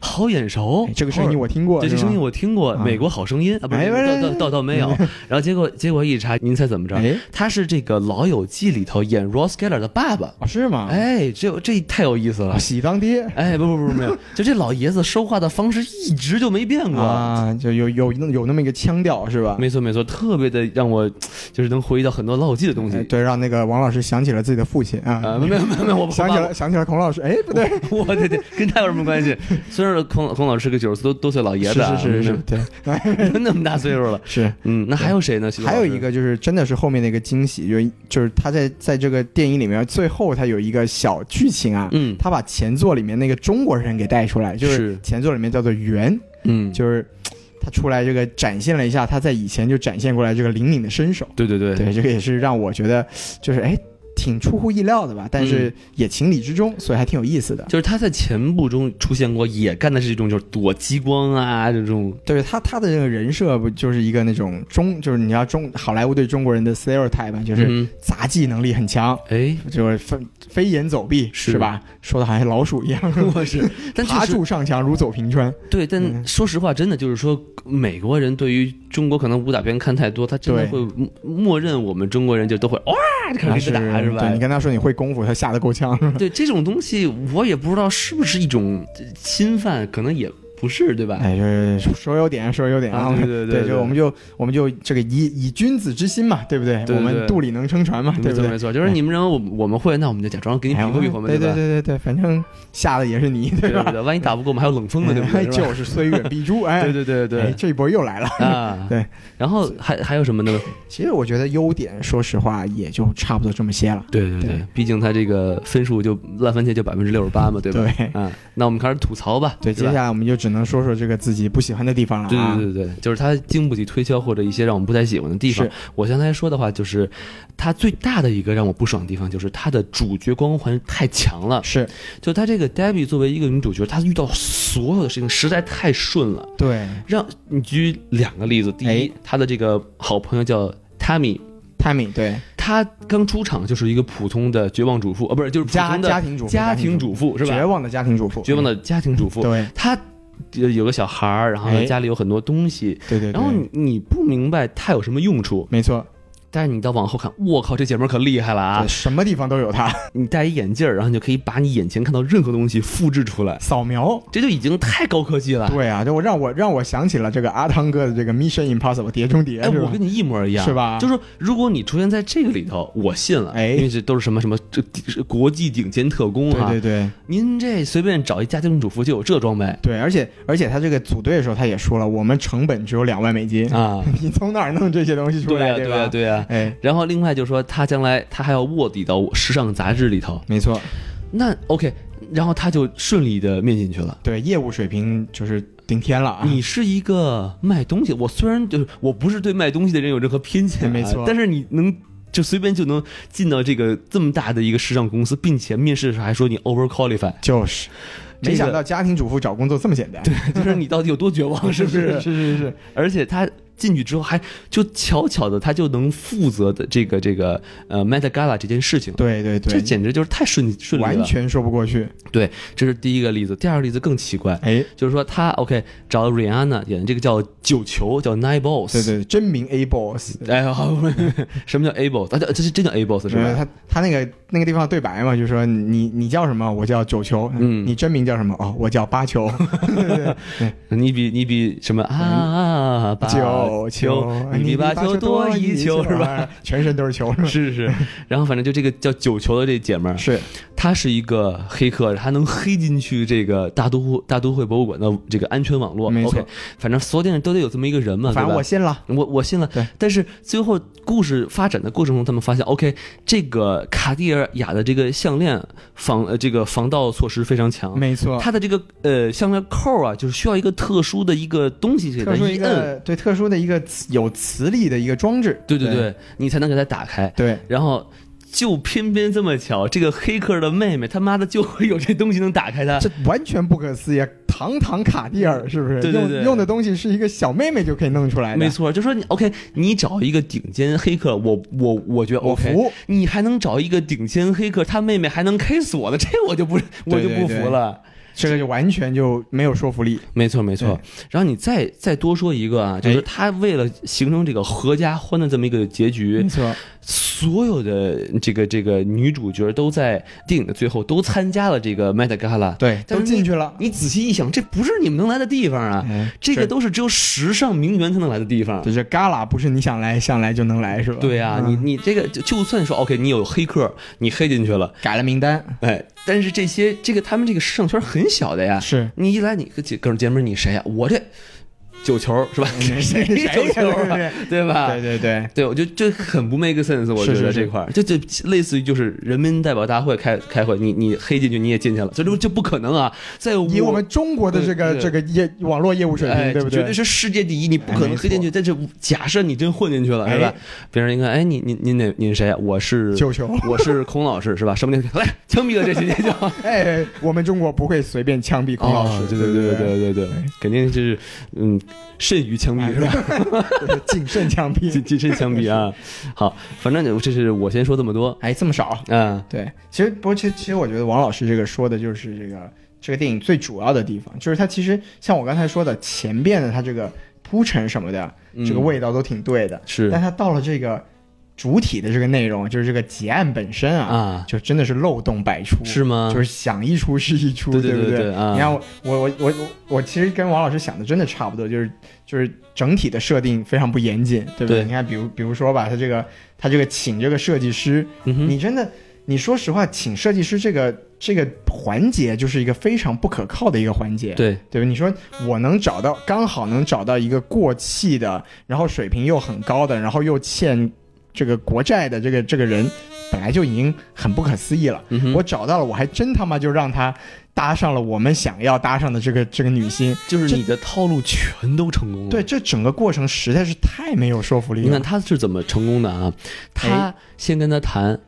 好眼熟哎，这个声音我听过，对，这是吗声音我听过，啊《美国好声音》啊，不是哎《美倒倒倒 倒没有。然后结果结果一查，您猜怎么着哎？他是这个《老友记》里头演 Ross Geller 的爸爸。哦，是吗？哎，这这太有意思了啊，。喜当爹哎，不不不，没有，就这老爷子说话的方式一直就没变过。啊，就有有有那么一个腔调是吧？没错没错，特别的让我就是能回忆到很多老友记的东西。哎对，让那个王老师想起了自己的父亲啊，啊，没有没有没有，我想起了想起了孔老师，哎，不对， 我对对，跟他有什么关系？ 虽然孔孔老师是个九十多多岁老爷子啊，是是是是，对，哎是， 那么大岁数了。是。嗯，那还有谁呢？徐老还师有一，个就是，真的是后面的一个惊喜，就是就是他在在这个电影里面最后他有一个小剧情啊，嗯他把前作里面那个中国人给带出来，就是是前作里面叫做袁，嗯，就是他出来这个展现了一下他在以前就展现过来这个灵敏的身手，对对对，对，这个也是让我觉得就是哎挺出乎意料的吧，但是也情理之中，所以还挺有意思的。就是他在前部中出现过，也干的是这种就是躲激光啊这种。对他他的这个人设不就是一个那种中就是你要中好莱坞对中国人的 stereotype 吧，就是嗯杂技能力很强， 哎，就是飞飞檐走壁是是吧？说的好像老鼠一样，我是， 但爬确实柱上墙如走平川。对，但嗯说实话，真的就是说，美国人对于中国可能武打片看太多，他真的对会默默认我们中国人就都会哇，就开始给他打是吧啊对？你跟他说你会功夫，他吓得够呛。 对这种东西，我也不知道是不是一种呃侵犯，可能也不是，对吧？哎，就是说优点，说优点啊对对对对就我们就我们就这个以以君子之心嘛，对不对？对对我们肚里能撑船嘛，没对不错没对？错，就是你们认为我我们会，那我们就假装给你比哎划比划嘛，对吧？对对对，反正吓的也是你，对吧不？对？万一打不过我们还有冷风呢，对不哎对？是 吧就是虽远必诛，哎，对对对哎对这一波又来了。对啊，对。然后还还有什么呢？其实我觉得优点，说实话也就差不多这么些了。对对对对，毕竟他这个分数就烂番茄就百分之六十八嘛，对吧？对啊，那我们开始吐槽吧。对，是吧接下来我们就只能说说这个自己不喜欢的地方了对啊。对对对，就是它经不起推敲或者一些让我们不太喜欢的地方是。我刚才说的话，就是它最大的一个让我不爽的地方，就是它的主角光环太强了。是，就她这个 Debbie 作为一个女主角，她遇到所有的事情实在太顺了。对，让你举两个例子，第一哎，她的这个好朋友叫 Tammy。泰米对她刚出场就是一个普通的绝望主妇，呃，不是，就是普家通的家庭主妇家家庭庭主主妇是吧？绝望的家庭主妇，嗯绝望的家庭主妇，对她呃有个小孩儿，然后呢哎家里有很多东西，对对对，然后你你不明白它有什么用处，没错，但是你到往后看，我靠，这姐们儿可厉害了啊对！什么地方都有它， 你戴一眼镜儿，然后你就可以把你眼前看到任何东西复制出来，扫描这就已经太高科技了。对啊，就我让我让我想起了这个阿汤哥的这个《Mission Impossible》碟中谍，哎，是我吧跟？你一模一样，是吧就是如果你出现在这个里头，我信了，哎因为这都是什么什么这这国际顶尖特工啊，对对对您这随便找一家庭主妇就有这装备对，而且而且他这个组队的时候，他也说了，我们成本只有两万美金，啊， 你从哪儿弄这些东西出对来，呀，对啊呀，吧？对呀。哎，然后另外就说他将来他还要卧底到时尚杂志里头，没错，那 OK，然后他就顺利的面进去了。对，业务水平就是顶天了啊！你是一个卖东西，我虽然就是我不是对卖东西的人有任何偏见、啊，没错但是你能就随便就能进到这个这么大的一个时尚公司，并且面试的时候还说你 over qualify，就是，这没想个到家庭主妇找工作这么简单，对，就是你到底有多 绝望，是不是？是是是，而且他进去之后还就巧巧的，他就能负责的这个这个呃 Met Gala 这件事情，对对这对，简直就是太顺顺利了。完全说不过去。对，这是第一个例子。第二个例子更奇怪，哎，就是说他 OK 找 Rihanna 演的这个叫九球，叫 Nine Balls，对对，真名 A boss，哎呀，好什么叫 able？啊，这这是真叫 able 是吧？嗯他他那个那个地方对白嘛，就说你你叫什么？我叫九球，嗯你真名叫什么？哦，我叫八球，你比你比什么啊？ 八九球，你比八球多一球是吧？ 吧？ 全身都是球，是吧？是是，然后反正就这个叫九球的这姐们儿，是，她是一个黑客，她能黑进去这个大都会大都会博物馆的这个安全网络。没错 OK，反正所有电影都得有这么一个人嘛，反正我对吧？啊信了。我我信了对，但是最后故事发展的过程中，他们发现，OK，这个卡地尔雅的这个项链防呃这个防盗措施非常强，没错，它的这个呃项链扣啊，就是需要一个特殊的一个东西给它特殊一摁，个对特殊的一个磁有磁力的一个装置，对对对，对你才能给它打开。对然后就偏偏这么巧，这个黑客的妹妹他妈的就会有这东西能打开 它。这完全不可思议啊！堂堂卡地尔是不是？对对对用用的东西是一个小妹妹就可以弄出来的，没，错，就说你 OK，你找一个顶尖黑客，我我我觉得我 OK，哦服你还能找一个顶尖黑客，他妹妹还能 K 死我的，这我就不我对就对不服了。这个就完全就没有说服力。没错，没错。然后你再再多说一个啊，就是哎他为了形成这个合家欢的这么一个结局没，错，所有的这个这个女主角都在电影的最后都参加了这个 Met Gala。对，但都是进去了。你仔细一想，这不是你们能来的地方啊！哎这个是都是只有时尚名媛才能来的地方。就是旮旯，不是你想来想来就能来是吧？啊对啊，你嗯你这个就就算说 OK，你有黑客，你黑进去了，改了名单哎，但是这些这个他们这个时尚圈很小的呀， 是你一来你个姐哥们儿姐们儿你谁呀、我这九球是吧？谁谁谁九球啊对 对吧？嗯对对对，对，我就这很不 make sense，我觉是是得是这块儿就就类似于就是人民代表大会开开会，你你黑进去你也进去了，这就就不可能啊！在我以我们中国的这个对这个业网络业务水哎平，对不绝对是世界第一，你不可哎能没黑进去。但是假设你真混进去了，是吧哎？别人一看，哎，你你您哪您谁啊？我是九球 我是孔老师，是吧？什么 来枪毙了这期节就。哎，我们中国不会随便枪毙孔老师，哦对对对对哎对对对，肯定就是嗯，慎于枪毙是吧？对，谨慎枪 谨毙。谨慎枪毙啊！好，反正这是我先说这么多哎，这么少？啊。对，其实不过其实其实我觉得王老师这个说的就是这个这个电影最主要的地方，就是它其实像我刚才说的，前边的它这个铺陈什么的，这个哎嗯味道都挺对的，是但它到了这个主体的这个内容，就是这个结案本身啊，啊，就真的是漏洞百出，是吗？就是想一出是一出，对不对对啊你看我我我我我其实跟王老师想的真的差不多，就是就是整体的设定非常不严谨，对不对你看，比如比如说吧，他这个他这个请这个设计师，嗯哼你真的你说实话，请设计师这个这个环节就是一个非常不可靠的一个环节，对对吧？你说我能找到刚好能找到一个过气的，然后水平又很高的，然后又欠这个国债的这个这个人，本来就已经很不可思议了。嗯哼我找到了，我还真他妈就让他搭上了我们想要搭上的这个这个女星。就是你的套路全都成功了。对，，这整个过程实在是太没有说服力了。嗯你看他是怎么成功的啊？哎他先跟他谈，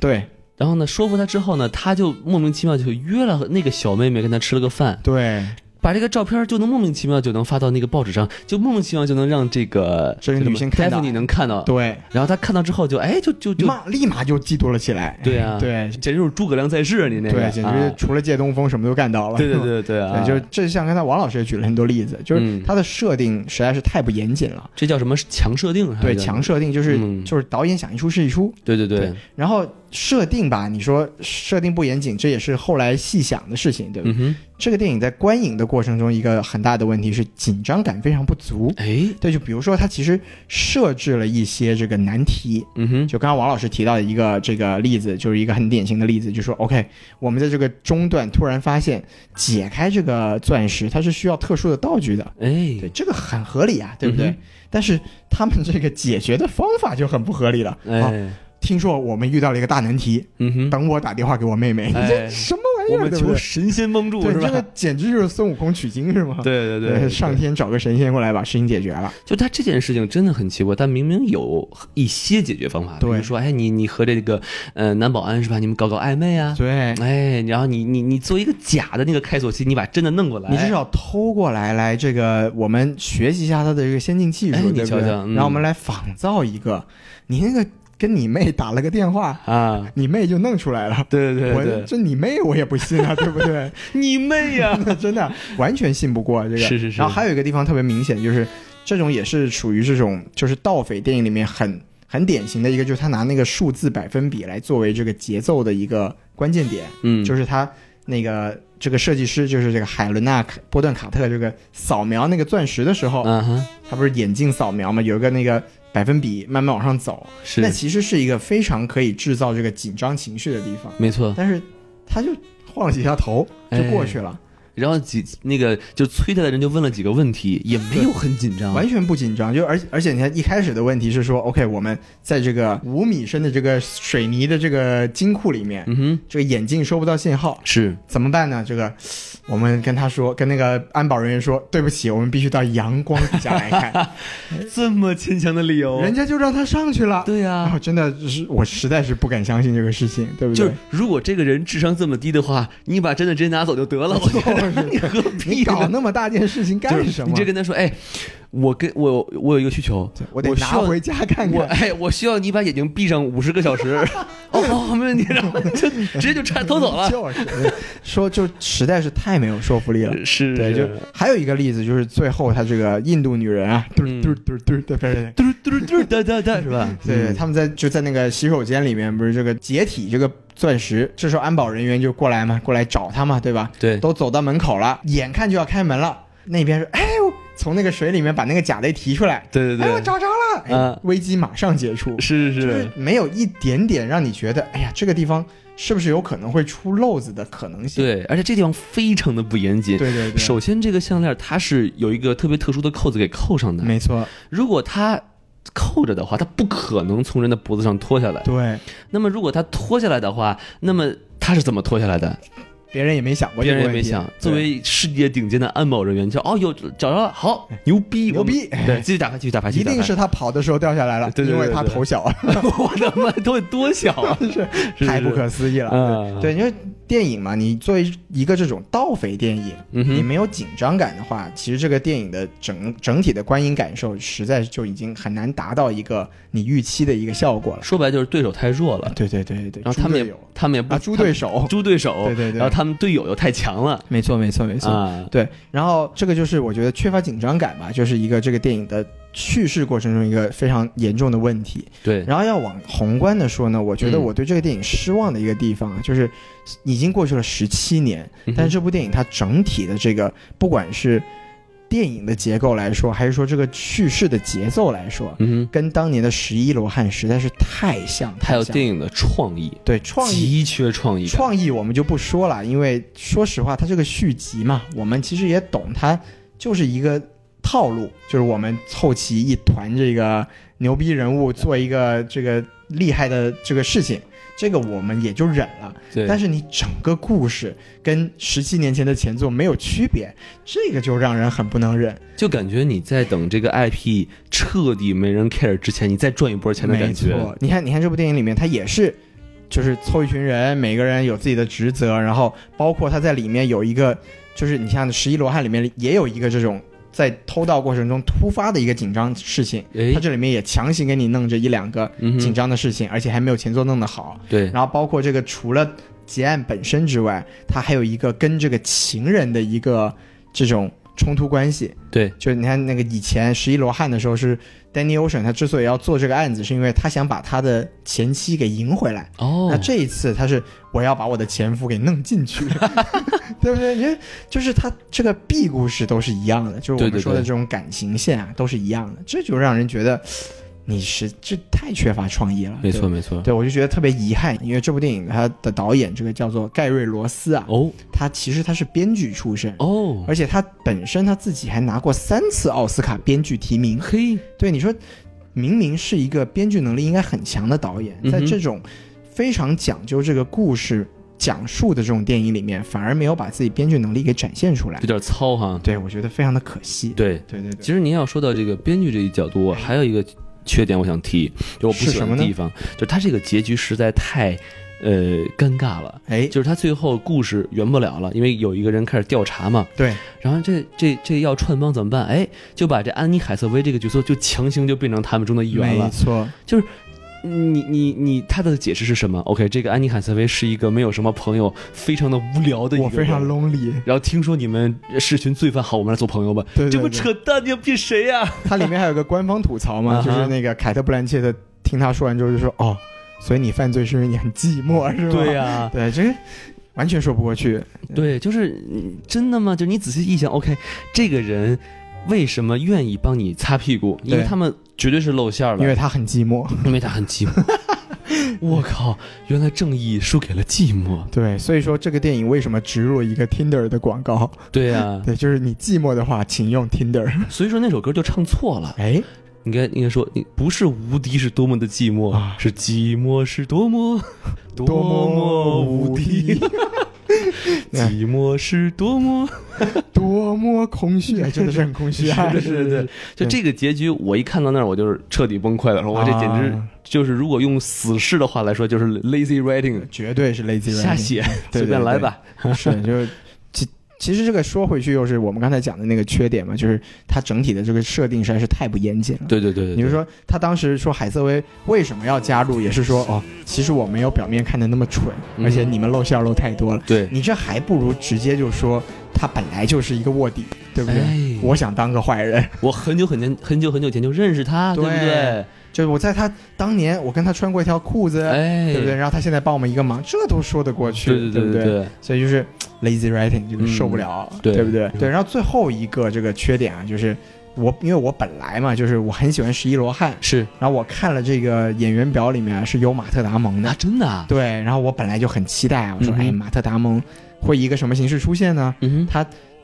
对然后呢说服他之后呢，他就莫名其妙就约了那个小妹妹跟他吃了个饭，对，把这个照片就能莫名其妙就能发到那个报纸上，就莫名其妙就能让这个这个女性看到啊你能看到。对，然后他看到之后就哎就就就马立马就嫉妒了起来。对啊对简直就是诸葛亮在世啊，你那个对，简啊直除了借东风什么都干到了。对对对对 啊，对，就这像刚才王老师也举了很多例子，就是嗯它的设定实在是太不严谨了。这叫什么强设定？还对，是叫强设定就是、嗯就是导演想一出是一出，对对对对，然后设定吧，你说设定不严谨，这也是后来细想的事情，对吧？嗯哼，这个电影在观影的过程中，一个很大的问题是紧张感非常不足。哎，对，就比如说它其实设置了一些这个难题，嗯哼，就刚刚王老师提到的一个这个例子，就是一个很典型的例子，就说 OK，我们在这个中段突然发现解开这个钻石，它是需要特殊的道具的，对，哎，这个很合理啊，对不对？嗯哼但是他们这个解决的方法就很不合理了。啊，哎，听说我们遇到了一个大难题，嗯哼，等我打电话给我妹妹，哎这什么玩意我儿？们对不求对神仙帮助对，是这个吧？简直就是孙悟空取经是吗？ 对对对，上天找个神仙过来把事情解决了。就他这件事情真的很奇怪，但明明有一些解决方法，比对如说，哎，你你和这个呃男保安是吧？你们搞搞暧昧啊，对，哎，然后你你你做一个假的那个开锁器，你把真的弄过来，你至少偷过来，来这个我们学习一下它的这个先进技术，哎你对不瞧对？瞧嗯然后我们来仿造一个，你那个跟你妹打了个电话，啊，你妹就弄出来了。对对对我对，这你妹我也不信啊，对不对？你妹呀！ 真的完全信不过这个。 是是是然后还有一个地方特别明显，就是这种也是属于这种就是盗匪电影里面很很典型的一个，就是他拿那个数字百分比来作为这个节奏的一个关键点，嗯，就是他那个这个设计师就是这个海伦娜卡波顿卡特这个扫描那个钻石的时候，啊哈，他不是眼镜扫描嘛，有一个那个。百分比慢慢往上走，是那其实是一个非常可以制造这个紧张情绪的地方，没错。但是他就晃了几下头就哎过去了。然后几那个就催他的人就问了几个问题，也没有很紧张，完全不紧张，就而而且你看一开始的问题是说，OK，我们在这个五米深的这个水泥的这个金库里面，嗯哼，这个眼镜收不到信号，是怎么办呢？这个我们跟他说，跟那个安保人员说，对不起，我们必须到阳光底下来 看，这么牵强的理由人家就让他上去了。对呀、啊，真的是我实在是不敢相信这个事情，对不就对是？如果这个人智商这么低的话，你把真 的直接拿走就得了。我觉得你何必你搞呢？那么大件事情就是干什么？你直接跟他说，哎，我跟我有我有一个需求，我得拿需要回家看我看。哎，我需要你把眼睛闭上五十个 小时。哦，好，没问题。然后就直接就拆偷 走了。就是说，就实在是太没有说服 力了。是，对，就还有一个例子，就是最后她这个印度女人啊，嘟嗯嘟嘟嘟，对对对。嘟嘟嘟哒哒哒，是吧？ 对，嗯他们在就在那个洗手间里面，不是这个解体这个钻石，这时候安保人员就过来嘛，过来找他嘛，对吧？对，都走到门口了，眼看就要开门了，那边说：“哎呦，从那个水里面把那个假的提出来，对对哎，我对，找着了。”哎啊，危机马上解除，是就是是是，没有一点点让你觉得，哎呀，这个地方是不是有可能会出漏子的可能性？对，而且这地方非常的不严谨。对对对，首先，这个项链它是有一个特别特殊的扣子给扣上的，没错，如果它扣着的话，它不可能从人的脖子上脱下来。对，那么，如果它脱下来的话，那么它是怎么脱下来的？别人也没想过别这个人也问题，啊没想。对作为世界顶尖的安保人员，就哦，有找着了，好，牛逼，牛逼我们对，继续打牌，继续打牌，继一续打牌定是他跑的时候掉下来了，对对对因为他对对头小， 我的妈，都得多小 啊！是太不可思议了。啊，对，因为电影嘛，你作为一个这种盗匪电影，嗯你哼，没有紧张感的话，其实这个电影的整整体的观影感受，实在就已经很难达到一个你预期的一个效果了。说白了就是对手太弱了，对对对对，然后他们猪队也友他们也不啊，猪对手，猪对手，对对对然后他们队友又太强了没错没错没错。啊，对，然后这个就是我觉得缺乏紧张感吧，就是一个这个电影的叙事过程中一个非常严重的问题。对，然后要往宏观的说呢，我觉得嗯我对这个电影失望的一个地方啊，就是已经过去了十七年，嗯但是这部电影它整体的这个不管是电影的结构来说，还是说这个叙事的节奏来说，嗯哼，跟当年的《十一罗汉》实在是太像，还有像电影的创意，对创意。极缺创意感，创意我们就不说了，因为说实话，它这个续集嘛，我们其实也懂，它就是一个套路，就是我们凑齐一团这个牛逼人物做一个这个厉害的这个事情，这个我们也就忍了。对，但是你整个故事跟十七年前的前作没有区别，这个就让人很不能忍。就感觉你在等这个 IP 彻底没人 care 之前，你再赚一波钱的没感觉。错，你看，你看这部电影里面，他也是，就是凑一群人，每个人有自己的职责，然后包括他在里面有一个，就是你像《十一罗汉》里面也有一个这种在偷盗过程中突发的一个紧张事情，哎他，这里面也强行给你弄这一两个嗯哼紧张的事情，而且还没有前作弄得好。对，然后包括这个除了结案本身之外，他还有一个跟这个情人的一个这种冲突关系。对，就是你看那个以前《十一罗汉》的时候是 Danny Ocean，他之所以要做这个案子，是因为他想把他的前妻给赢回来。哦那，这一次他是我要把我的前夫给弄进去， 对不对？你看，就是他这个 B 故事都是一样的，就是我对对们对说的这种感情线啊，都是一样的，这就让人觉得你是这太缺乏创意了。没对错吧。没错。对，我就觉得特别遗憾，因为这部电影它的导演这个叫做盖瑞·罗斯啊，哦他其实他是编剧出身，哦，而且他本身他自己还拿过三次奥斯卡编剧提名。嘿，对，你说，明明是一个编剧能力应该很强的导演，嗯哼在这种非常讲究这个故事讲述的这种电影里面，反而没有把自己编剧能力给展现出来有。点糙哈。对，我觉得非常的可惜。对，对对对，其实您要说到这个编剧这一角度，我还有一个缺点我想提，就我不是喜什欢么的呢地方，就是他这个结局实在太呃尴尬了。哎，就是他最后故事圆不了了，因为有一个人开始调查嘛，对，然后这这这要串帮怎么办？哎，就把这安妮海瑟薇这个角色就强行就变成他们中的一员没了。错，你你你，他的解释是什么？OK，这个安妮海瑟薇是一个没有什么朋友，非常的无聊的一个我人。非常 lonely。然后听说你们是群罪犯，好，我们来做朋友吧。对对对，这不扯淡，你要骗谁呀、它里面还有个官方吐槽 嘛，啊哈就是那个凯特·布兰切特听他说完之后就说：“哦，所以你犯罪是因为你很寂寞，是吧？”对呀、对，这完全说不过去。对，就是嗯真的吗？就是你仔细一想，OK，这个人为什么愿意帮你擦屁股？因为对他们绝对是露馅儿了，因为他很寂寞。 因为他很寂寞。 我靠，原来正义输给了寂寞。对，所以说这个电影为什么植入了一个 Tinder 的广告？对 啊，对，就是你寂寞的话，请用 Tinder。所以说那首歌就唱错了。哎，应该应该说，你不是无敌是多么的寂寞，啊是寂寞是多 么 多多么么无敌，哎无寂寞是多么多么空虚，哎真的是很空虚啊！ 是 是是，对就这个结局，我一看到那儿，我就是彻底崩溃了。说我这简直啊就是，如果用死侍的话来说，就是 lazy writing，绝对是 lazy 瞎 writing，写，对随便来吧。是就是。这其实这个说回去又是我们刚才讲的那个缺点嘛，就是它整体的这个设定实在是太不严谨了。对对对对，你是说他当时说海瑟薇为什么要加入，也是说哦，其实我没有表面看的那么蠢，嗯而且你们露馅儿露太多了。对你这还不如直接就说他本来就是一个卧底，对不对？哎我想当个坏人，我很久很年很久很久前就认识他，对对不对？就是我在他当年我跟他穿过一条裤子，哎，对不对？？然后他现在帮我们一个忙，这都说得过去，对不对对对对，所以就是 lazy writing 就是嗯受不了，对对不对？嗯对，然后最后一个这个缺点啊，就是我因为我本来嘛，就是我很喜欢十一罗汉，是然后我看了这个演员表里面啊是有马特达蒙那的，真的啊，对，然后我本来就很期待啊，我说、嗯哼哎，马特达蒙会以一个什么形式出现呢？嗯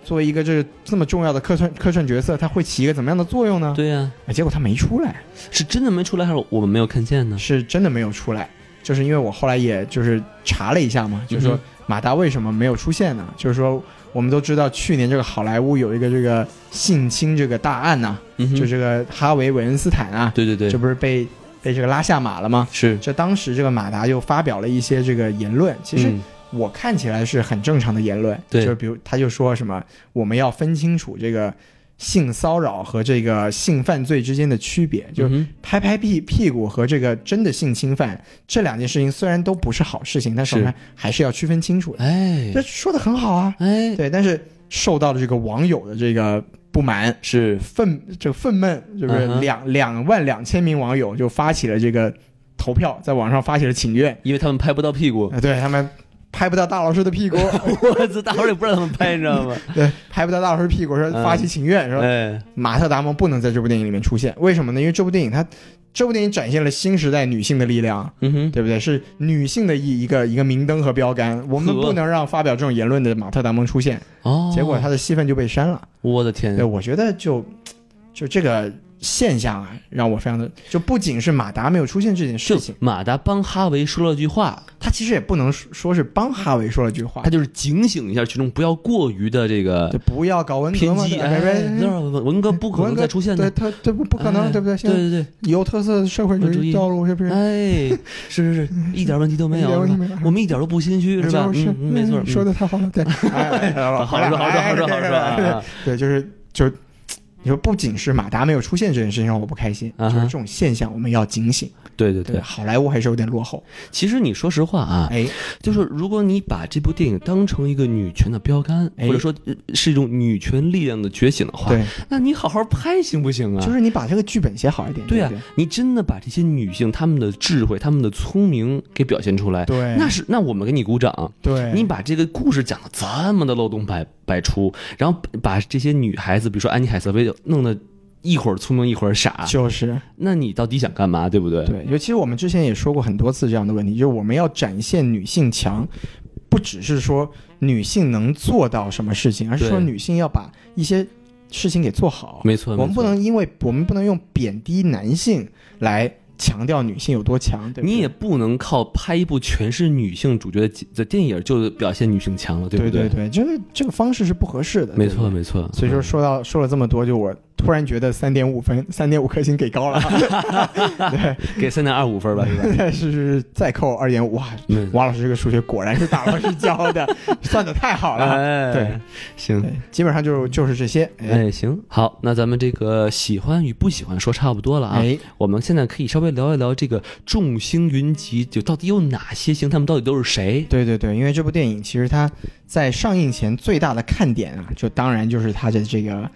作为一个这这么重要的客串客串角色，他会起一个怎么样的作用呢哼，？对呀、哎结果他没出来，是真的没出来，还是我们没有看见呢？是真的没有出来。就是因为我后来也就是查了一下嘛，就是说嗯马达为什么没有出现呢？就是说我们都知道去年这个好莱坞有一个这个性侵这个大案呐、嗯哼，就这个哈维·韦恩斯坦啊，对对对，嗯这不是被被这个拉下马了吗？是这当时这个马达就发表了一些这个言论，其实嗯我看起来是很正常的言论，对就是比如他就说什么我们要分清楚这个性骚扰和这个性犯罪之间的区别，就是嗯哼拍拍屁屁股和这个真的性侵犯这两件事情虽然都不是好事情，但是我们还是要区分清楚的。哎这说的很好啊，哎对，但是受到了这个网友的这个不满。是愤这个愤懑，是不是嗯哼两两万两千名网友就发起了这个投票，在网上发起了请愿，因为他们拍不到屁股，啊，对他们拍不到大老师的屁股， 我操，大伙儿也不知道怎么拍，你知道 吗？对，拍不到大老师屁股，说嗯发起请愿，说哎，马特·达蒙不能在这部电影里面出现，为什么呢？因为这部电影它这部电影展现了新时代女性的力量，嗯哼，对不对？是女性的一一个一个明灯和标杆，我们呵不能让发表这种言论的马特·达蒙出现。哦，结果他的戏份就被删了。我的天对，，我觉得就就这个现象啊，让我非常的就不仅是马达没有出现这件事就情，啊马达帮哈维说了句话，他其实也不能说说是帮哈维说了句话他，就是警醒一下群众，不要过于的这就个不要搞文革偏嘛，激，对吧哎，让文哥不可文能革再出现对的，他对不不可能，哎对不对？现对在对对。有特色的社会社主会主义义道路是不是？哎，是是是，一点问题都没一点有，问是题吧没有我们一点都不心虚，是吧？就嗯，嗯没错，说的太好了，对，哎哎哎嗯好说好说好说好说哎啊，对，就是就是，你说不仅是马达没有出现这件事情让我不开心，啊就哈是这种现象我们要警醒。对对对，对。好莱坞还是有点落后。其实你说实话啊，哎，就是如果你把这部电影当成一个女权的标杆，哎或者说呃是一种女权力量的觉醒的话，对，那你好好拍行不行啊？就是你把这个剧本写好一点。对呀啊，，你真的把这些女性她们的智慧、她们的聪明给表现出来，对，哎那是那我们给你鼓掌。对你把这个故事讲的这么的漏洞百百出，然后把这些女孩子，比如说安妮海瑟薇，弄得一会儿聪明一会儿傻，就是那你到底想干嘛？对不对？对，尤其我们之前也说过很多次这样的问题，就是我们要展现女性强。不只是说女性能做到什么事情，而是说对女性要把一些事情给做好。没错，我们没不错。能因为我们不能用贬低男性来强调女性有多强，对不对？你也不能靠拍一部全是女性主角的的电影就表现女性强了，对不对对，对？这个这个方式是不合适的，没对错，不对。没错。嗯所以说说到说了这么多，就我突然觉得三点五分，三点五颗星给高了，嗯给三点二五分吧，是吧？ 是是是，再扣二点五，哇，嗯王老师这个数学果然是大老师教 的，算的太好了。哎，对，行对。，基本上就就是这些。哎哎，行，好，那咱们这个喜欢与不喜欢说差不多了啊。哎，我们现在可以稍微聊一聊这个众星云集，就到底有哪些星，他们到底都是谁？对对对，因为这部电影其实它在上映前最大的看点啊，就当然就是它的这个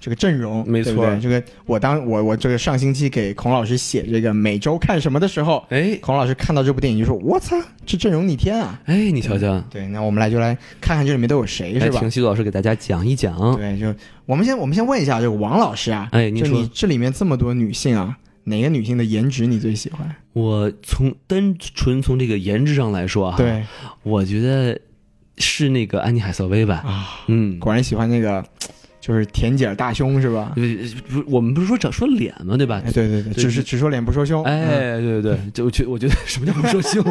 这个阵容，没错对不对这个我当我我这个上星期给孔老师写这个每周看什么的时候，哎孔老师看到这部电影就说：“我操，这阵容逆天啊哎，你瞧瞧！”，对，那我们来就来看看这里面都有谁，是来吧？哎请徐老师给大家讲一讲。对，就我们先我们先问一下这个王老师啊，哎您就说你这里面这么多女性啊，哪个女性的颜值你最喜欢？我从单纯从这个颜值上来说啊，，对我觉得是那个安妮海瑟薇吧。啊，嗯，果然喜欢那个就是甜姐儿大胸是吧？不是不是我们不是说只说脸吗？对吧哎，？对对对，对只是只说脸不说胸，嗯，哎，对对对， 就我觉我觉得什么叫不说 胸？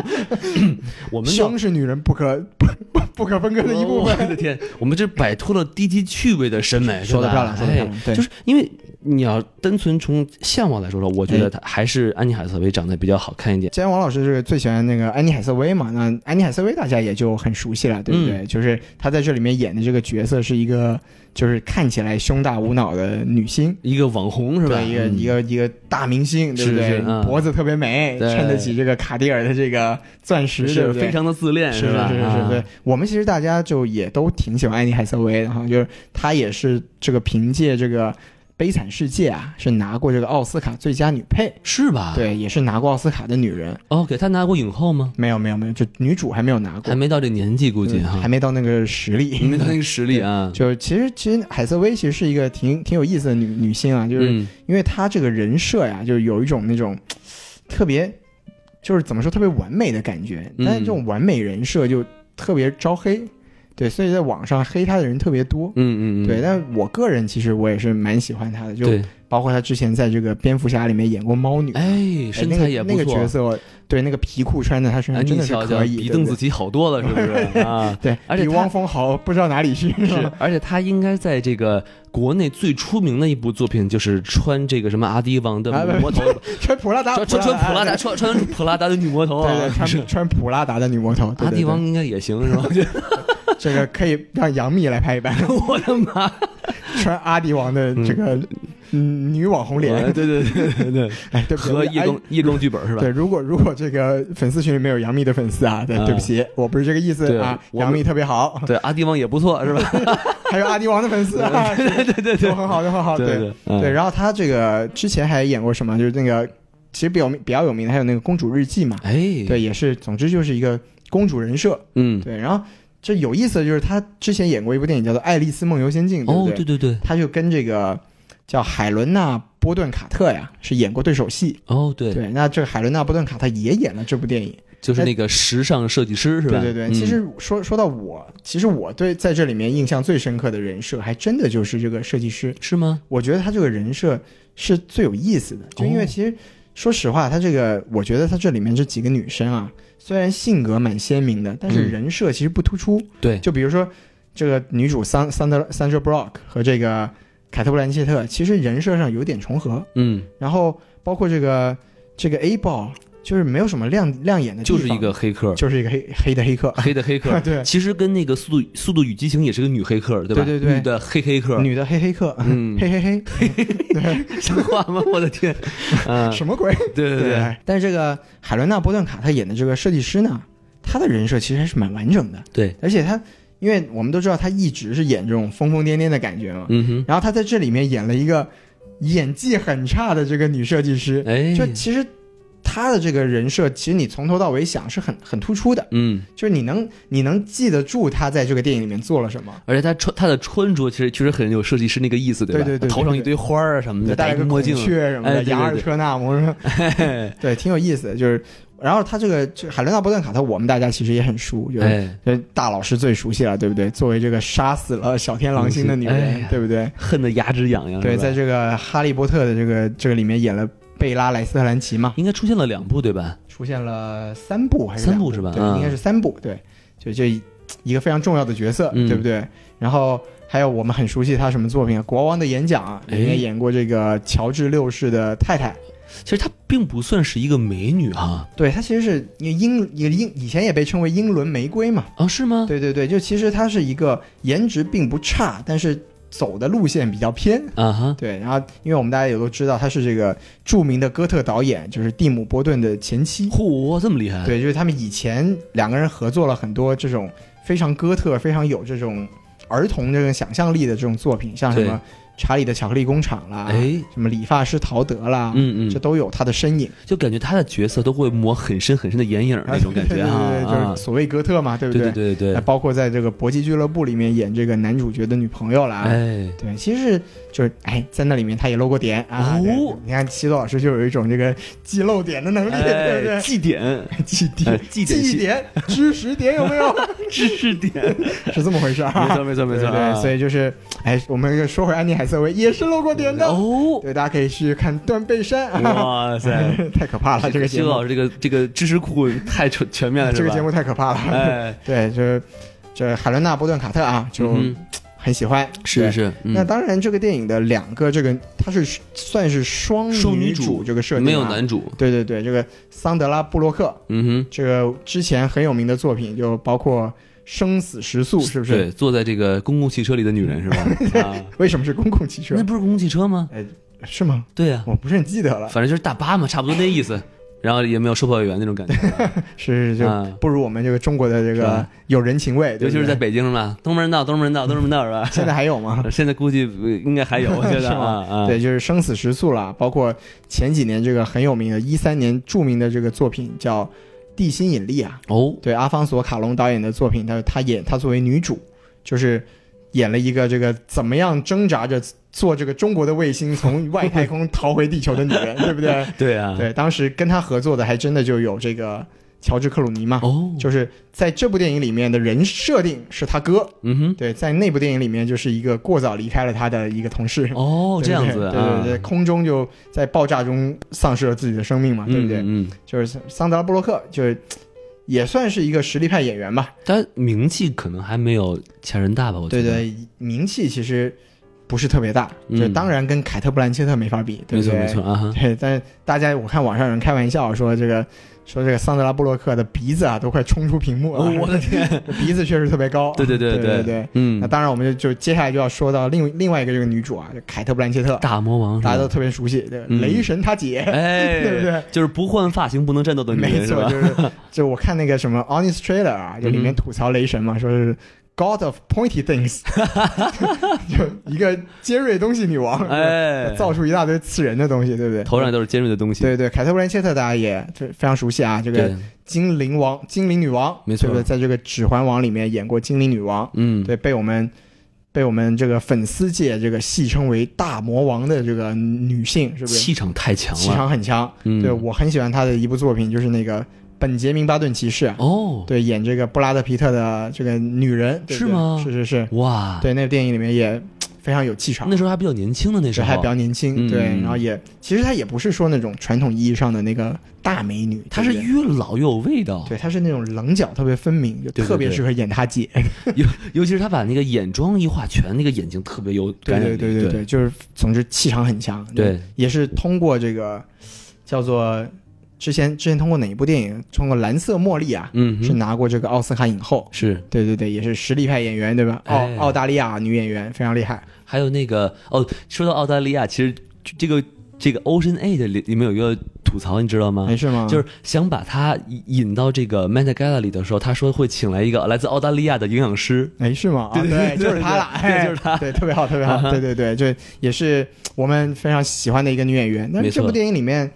我们要胸是女人不可不不不可分割的一部 我分。的天，我们这摆脱了低级趣味的审美，说的对吧漂亮，说的漂亮哎对就是因为你要单纯从相貌来说说，我觉得哎他还是安妮海瑟薇长得比较好看一点。既然王老师是最喜欢那个安妮海瑟薇嘛，那安妮海瑟薇大家也就很熟悉了，对不对？嗯就是她在这里面演的这个角色是一个，就是看起来胸大无脑的女星，一个网红是吧？对，一个、嗯一个一个大明星，对不是对？是嗯脖子特别美，对衬得起这个卡地尔的这个钻石，对是不对？非常的自恋是吧？是是是，啊对，我们其实大家就也都挺喜欢安妮海瑟薇的哈，就是她也是这个凭借这个《悲惨世界》啊，是拿过这个奥斯卡最佳女配，是吧？对，也是拿过奥斯卡的女人。哦，给他拿过影后吗？没有没有没有，就女主还没有拿过，还没到这年纪，估计嗯哈，还没到那个实力，没到那个实力啊。 就是其实其实海瑟薇其实是一个挺挺有意思的女女星啊，就是嗯因为她这个人设呀，就是有一种那种特别，就是怎么说特别完美的感觉，嗯但是这种完美人设就特别招黑，对，所以在网上黑她的人特别多。嗯嗯嗯，对，但我个人其实我也是蛮喜欢她的，就对，包括她之前在这个蝙蝠侠里面演过猫女，哎，身材也不错，那个、那个角色，对那个皮裤穿在她身哎，上真你的是瞧瞧，可以，比对不邓对紫棋好多了，是不 是啊？对，而且比他汪峰好不知道哪里去。是，而且他应该在这个国内最出名的一部作品，就是穿这个什么阿迪王的啊女魔头， 穿普拉达，穿穿穿普拉达，穿穿普拉达的女魔头对，对啊哎对，，是穿穿普拉达的女魔头，对阿对迪对王，应该也行是吧？这个可以让杨幂来拍一版， 我的妈！穿阿迪王的这个嗯女网红哎脸，对对对对对， 哎，对不起 和哎夜更夜更剧本是吧？对，如果 如果这个粉丝群里面有杨幂的粉丝啊，对，啊对不起，我不是这个意思对啊，我们杨幂特别好， 对，阿迪王也不错是吧？还有阿迪王的粉丝啊， 对对对对对 都很好，都很好，对对嗯对，然后她这个之前还演过什么？就是那个其实比较比较有名的还有那个《公主日记》嘛，哎，对，也是，总之就是一个公主人设。嗯，对，然后这有意思的就是她之前演过一部电影叫做《爱丽丝梦游仙境》，对不哦对？，对对对，她就跟这个叫海伦娜·波顿卡特呀，是演过对手戏。哦对，对，那这个海伦娜·波顿卡特也演了这部电影。就是那个时尚设计师是吧？对对对，嗯其实说说到我，其实我对在这里面印象最深刻的人设，还真的就是这个设计师。是吗？我觉得他这个人设是最有意思的，就因为哦其实、说实话，他这个我觉得他这里面这几个女生啊，虽然性格蛮鲜明的，但是嗯人设其实不突出。对，就比如说这个女主桑桑德桑德 Block 和这个凯特布兰切特，其实人设上有点重合。嗯，然后包括这个这个 A 豹，就是没有什么亮亮眼的地就方，是一个黑客，就是一个黑黑的黑客，黑的黑客。 对其实跟那个《速度速度与激情》也是个女黑客，对吧？对对对女的黑黑客，女的黑黑客，嗯嘿嘿 嘿，对，像话吗？我的 天，嗯，什么鬼？对对对，但是这个海伦娜·波顿卡她演的这个设计师呢，她的人设其实还是蛮完整的，对，而且她，因为我们都知道她一直是演这种疯疯癫癫的感觉嘛，嗯哼，然后她在这里面演了一个演技很差的这个女设计师，哎，就其实她的这个人设，其实你从头到尾想是很很突出的，嗯，就是你能你能记得住她在这个电影里面做了什么。而且他穿他的穿着其实确实很有设计师那个意思，吧？对对对对头上一堆花儿啊什么的，戴戴了一个个墨孔镜，雀什么的，哎对对杨二对车纳摩什么的，哎对，挺有意思的。就是，然后她这个这海伦娜·波顿卡特，我们大家其实也很熟，就是哎，这大老师最熟悉了，对不对？作为这个杀死了小天狼星的女人，哎呀对不对？恨得牙直痒痒。对，是吧在这个《哈利波特》的这个这个里面演了贝拉·莱斯特兰奇嘛，应该出现了两部对吧？出现了三部还是三部两是吧对，嗯应该是三部。对，就这一个非常重要的角色，嗯对不对？然后还有我们很熟悉他什么作品啊，《国王的演讲》啊，哎里面演过这个乔治六世的太太。其实她并不算是一个美女哈，对，她其实是英也英以前也被称为英伦玫瑰嘛。啊是吗？对对对，就其实她是一个颜值并不差，但是走的路线比较偏。啊哈，对，然后因为我们大家也都知道，她是这个著名的哥特导演，就是蒂姆·波顿的前妻。嚯，这么厉害！，对，就是他们以前两个人合作了很多这种非常哥特、非常有这种儿童这种想象力的这种作品，像什么对《查理的巧克力工厂》啦，哎，什么《理发师陶德》啦，嗯这嗯，都有她的身影。就感觉她的角色都会抹很深很深的眼影儿那种感觉哈， 对对对对，啊就是，所谓哥特嘛，对不对对对那对，包括在这个搏击俱乐部里面演这个男主角的女朋友啦。哎，对，其实是就是哎，在那里面他也露过点啊。哦对你看西多老师就有一种这个记漏点的能力，对不哎，对？绩点，记哎点、记点记系点、知识点有没有？知识点， 是这么回事儿没啊错。没错没对错，对对，所以就是哎，我们又说回安妮海瑟薇也是露过点的。哦，对，大家可以去看《断背山》啊，哇塞， 太可怕了，这个节修老目，师这个这个知识库太全全面了，这是个吧？ 节目太可怕了。哎，对，就是这海伦娜·波顿卡特啊，就嗯哼很喜欢。是对是，那嗯，当然，这个电影的两个这个它是算是双双女主这个设定、啊，没有男主，对对对，这个桑德拉布洛克，嗯这个之前很有名的作品就包括《生死时速》，是不哼，是？对，坐在这个公共汽车里的女人是 吧？啊，为什么是公共汽车那？不是公共汽车吗？哎，是吗？对啊呀， 我不是很记得了。反正就是大巴嘛，差不多那意思。然后也没有售票员那种感 觉，是是，就啊不如我们这个中国的这是个吧有人情味，尤对不其是 在对北京是吧？东门道、东门道、东门道是吧？现在还有吗？现在估计呃应该 还有，我觉是得吗啊 啊，对，就是《生死时速》啦，包括前几年这个很有名的，一三年著名的这个作品叫《地心引力》啊，哦，对，阿方索卡隆导演的作品，他他演他作为女主，就是演了一个这个怎么样挣扎着做这个中国的卫星从外太空逃回地球的女人，对不对？对 啊，对，当时跟他合作的还真的就有这个乔治克鲁尼嘛，哦，就是在这部电影里面的人设定是他哥，嗯哼，对，在那部电影里面就是一个过早离开了他的一个同事。哦，这对不样对子啊，对对对，空中就在爆炸中丧失了自己的生命嘛，对不对？嗯，嗯就是桑德拉布洛克，就是也算是一个实力派演员吧。但名气可能还没有前人大吧？我觉对得，，对，名气其实不是特别大，嗯就当然跟凯特·布兰切特没法比，对没不错对？没错 啊哈，对，但是大家我看网上有人开玩笑说这个。说这个桑德拉布洛克的鼻子啊，都快冲出屏幕了。哦我的天， 鼻子确实特别高。对对对对对对，嗯那，当然，我们就就接下来就要说到另另外一个这个女主啊，就凯特·布兰切特，大魔王是吧大家都特别熟悉，对，嗯雷神他姐。哎，对不对？就是不换发型不能战斗的女没人是错，吧？就是就我看那个什么 Honest Trailer 啊，就里面嗯吐槽雷神嘛，说是 God of Pointy Things，就一个尖锐东西女王，哎，造出一大堆刺人的东西，对不对？头上都是尖锐的东西，对对，凯特·布兰切特大家也非非常熟悉啊，这个对，精灵王、精灵女王，没错对不对？在这个《指环王》里面演过精灵女王，嗯，对，被我们被我们这个粉丝界这个戏称为大魔王的这个女性，是不是？气场太强气了，场很强，嗯，对我很喜欢她的一部作品，就是那个本杰明巴顿骑士啊，哦，对，演这个布拉德皮特的这个女人，对是对吗是是是，哇，对，那个电影里面也嘖非常有气场那。时候还比较年轻的那时对，候，还比较年轻，嗯对，嗯然后也其实她也不是说那种传统意义上的那个大美女，她是对不越老越有味道对，对，她是那种棱角特别分明，就对对特别对适合演她姐，尤尤其是她把那个眼妆一化全，那个眼睛特别有对感染对力，对对对，就是总之气场很强，对，也是通过这个叫做之前之前通过哪一部电影，通过《蓝色茉莉》啊，嗯是哼，拿过这个奥斯卡影后，是，对对对，也是实力派演员对吧？澳、哎澳大利亚女演员非常厉害，还有那个哦，说到澳大利亚，其实这个这个 Ocean Eight 里里面有一个吐槽，你知道吗？没事哎吗？啊就是想把他引到这个 Met Gala 里的时候，他说会请来一个来自澳大利亚的营养师。没事嘛，啊对对对就是她了，对对哎就是她对，特别好，特别啊好，哈对对对，这也是我们非常喜欢的一个女演员。但没是错这部电影里面，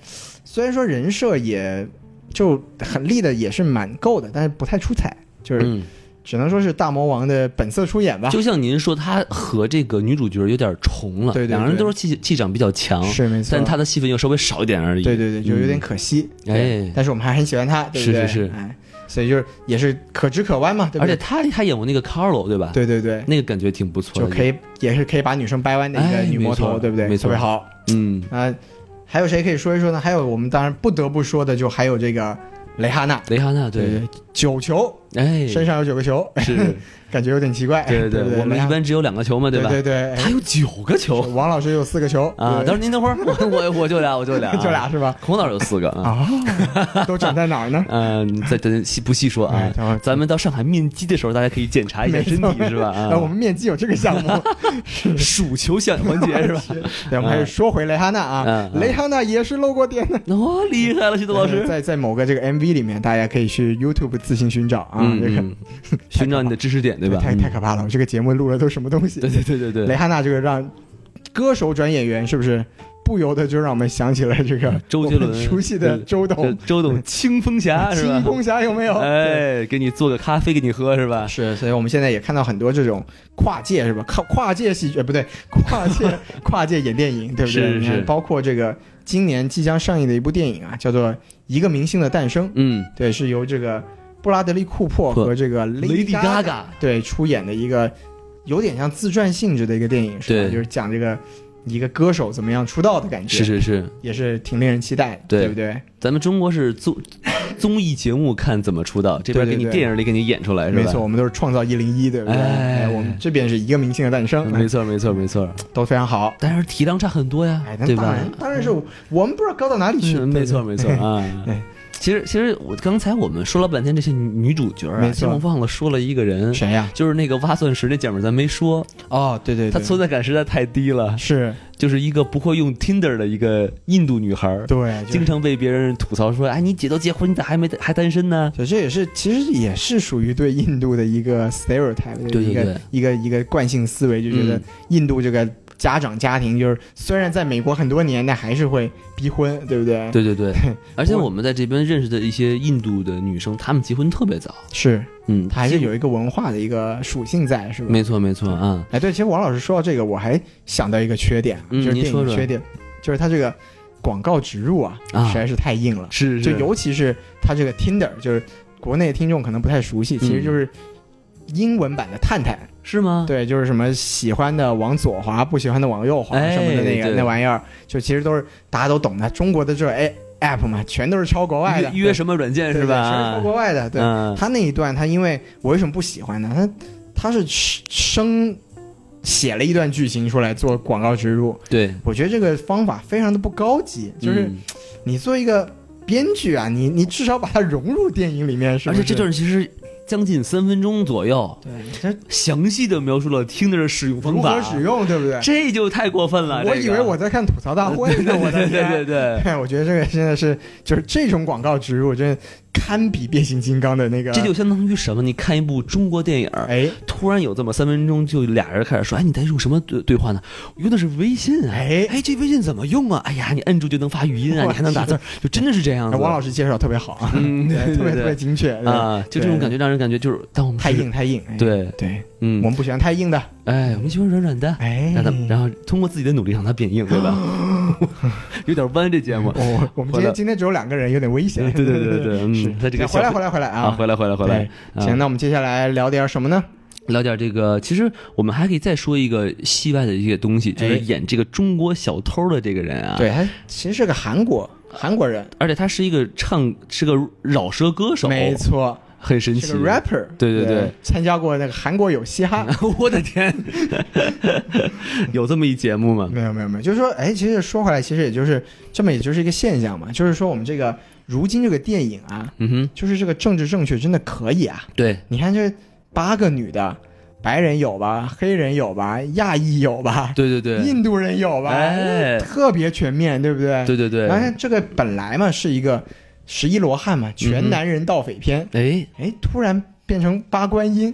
虽然说人设也就很立的也是蛮够的，但是不太出彩，就是嗯，只能说是大魔王的本色出演吧。就像您说，他和这个女主角有点重了，对对对两人都是气气场比较强，是没错，但他的戏份又稍微少一点而已。对对对，就有点嗯可惜。哎对但是我们还很喜欢他，对不对？是是是哎，所以就是也是可直可弯嘛，对不而且对？他他演过那个 Carlo 对吧？，对对对，那个感觉挺不错就的，可以也是可以把女生掰弯的一个哎女魔没头，错对不对？没错特别好。嗯，啊、还有谁可以说一说呢？还有我们当然不得不说的，就还有这个雷哈娜，呃雷哈娜对，九球，哎，身上有九个球，是，感觉有点奇怪。对 对对，我们雷哈一般只有两个球嘛，对吧？对对，他有九个哎球王老师有四个球啊！对，等会儿您等会儿，我我我就俩，我就俩啊就俩。是吧？孔老师有四个啊，啊，都长在哪儿呢？嗯，再咱细不细说啊哎等会儿？咱们到上海面基的时候，大家可以检查一下没身错体是吧？啊，我们啊，面基有这个项 目。数球小环节是吧？对，我们还哎是说回雷哈娜 啊嗯，嗯雷哈娜也是露过点的。哦，厉害了，徐东老师。在在某个这个 MV 里面，大家可以去 YouTube 自行寻找啊，嗯这个嗯，寻找你的知识点对吧？太 太嗯可怕了，我这个节目录了都什么东西？对对对对雷对，哈娜这个让歌手转演员，是不是不由得就让我们想起了这个周杰伦我们熟悉的周这董、周董清风侠是吧清？风侠有没有？对。哎，给你做个咖啡给你喝是吧？啊是，所以我们现在也看到很多这种跨界是吧？跨跨界戏剧，呃，不对，跨 界跨界演电影，对不对？是是你看是包括这个今年即将上映的一部电影啊，叫做《一个明星的诞生》，嗯，对，是由这个布拉德利·库珀库和这个 Lady Gaga Gaga 对出演的一个有点像自传性质的一个电影，是吧？对就是讲这个一个歌手怎么样出道的感觉，是是是，也是挺令人期待的，对不对？咱们中国是综综艺节目看怎么出道，这边对对给你对电影里给你演出来是吧？没错，我们都是创造一零一，对不对？哎我们这边是一个明星的诞生，没错，没错，没错。都非常好。但是体量差很多呀哎，，那对当吧？然，当然是我们不知道高到哪里去，嗯，没错，没错啊对。其实，其实我刚才我们说了半天这些女女主角没错啊，其实我忘了说了一个人，谁呀？就是那个挖钻石那姐们儿，咱没说，哦，对对她存在感实在太低了，是就是一个不会用 Tinder 的一个印度女孩儿，对，就是经常被别人吐槽说：“哎，你姐都结婚，你咋还没还单身呢对，这也是其实也是属于对印度的一个 stereotype，对一对个一个一个惯性思维，就觉得嗯印度这个家长家庭就是虽然在美国很多年，但还是会逼婚，对不对？？”对对对，而且我我们在这边认识的一些印度的女生，她们结婚特别早，是，嗯，它还是基有一个文化的一个属性在，是吧？没错没错啊，哎，对，其实王老师说到这个，我还想到一个缺点，啊嗯就是您电说影说缺点，就是它这个广告植入啊，啊实在是太硬了。是就是尤其是它这个 Tinder，就是国内听众可能不太熟悉，其嗯实就是英文版的探探，是吗？对，就是什么喜欢的往左滑，不喜欢的往右滑哎什么的那个、对那玩意儿，就其实都是大家都懂的。中国的这哎 app 嘛，全都是抄国外的，约约什么软件对是吧？对全是抄啊国外的。对，嗯他那一段，他因为我为什么不喜欢呢？他他是生写了一段剧情出来做广告植入，对，我觉得这个方法非常的不高级，就是。嗯你做一个编剧啊，你你至少把它融入电影里面，是而不是？且这段其实将近三分钟左右，对，这详细的描述了听的使用方如何法，使用，对不对？这就太过分了。我这个以为我在看吐槽大会对 呢，我的对对天！哎对对，对，我觉得这个真的是，就是这种广告植入，真的堪比变形金刚的那个。这就相当于什么？你看一部中国电影，哎突然有这么三分钟，就俩人开始说：“哎，你在用什么对对话呢？我用的是微信啊！哎哎，这微信怎么用啊？哎呀，你摁住就能发语音啊，我你还能打字儿，就真的是这样子。”哎王老师介绍特别好啊，嗯对对特别对特别精确对啊，就这种对感觉让人感觉就是，当我们太是硬太硬。哎对，对，嗯我，们不喜欢太硬的。哎，我们喜欢软软的，哎，让他们，然后通过自己的努力让它变硬，对吧？ 有点弯这节目。我我们今回来天今天只有两个人，有点危险对。对对对对，是嗯，他这个回来小回来回来啊，啊！回来回来回来，啊行，那我们接下来聊点什么呢？聊点这个。其实我们还可以再说一个戏外的一些东西，就是哎演这个中国小偷的这个人啊，对，，他其实是个韩国韩国人，而且他是一个唱是个饶舌歌手，没错，很神奇是。个 rapper，对对对对，参加过那个韩国有嘻哈。 我的天， 有这么一节目吗？没有没有没有，就是说，哎，其实说回来，其实也就是这么，也就是一个现象嘛，就是说我们这个如今这个电影啊，嗯哼，就是这个政治正确真的可以啊。对，你看这八个女的，白人有吧，黑人有吧，亚裔有吧，对对对，印度人有吧，哎特别全面，对不对？对对对然，后这个本来嘛是一个十一罗汉嘛，嗯哼全男人盗匪片，哎，哎，突然变成八观 音，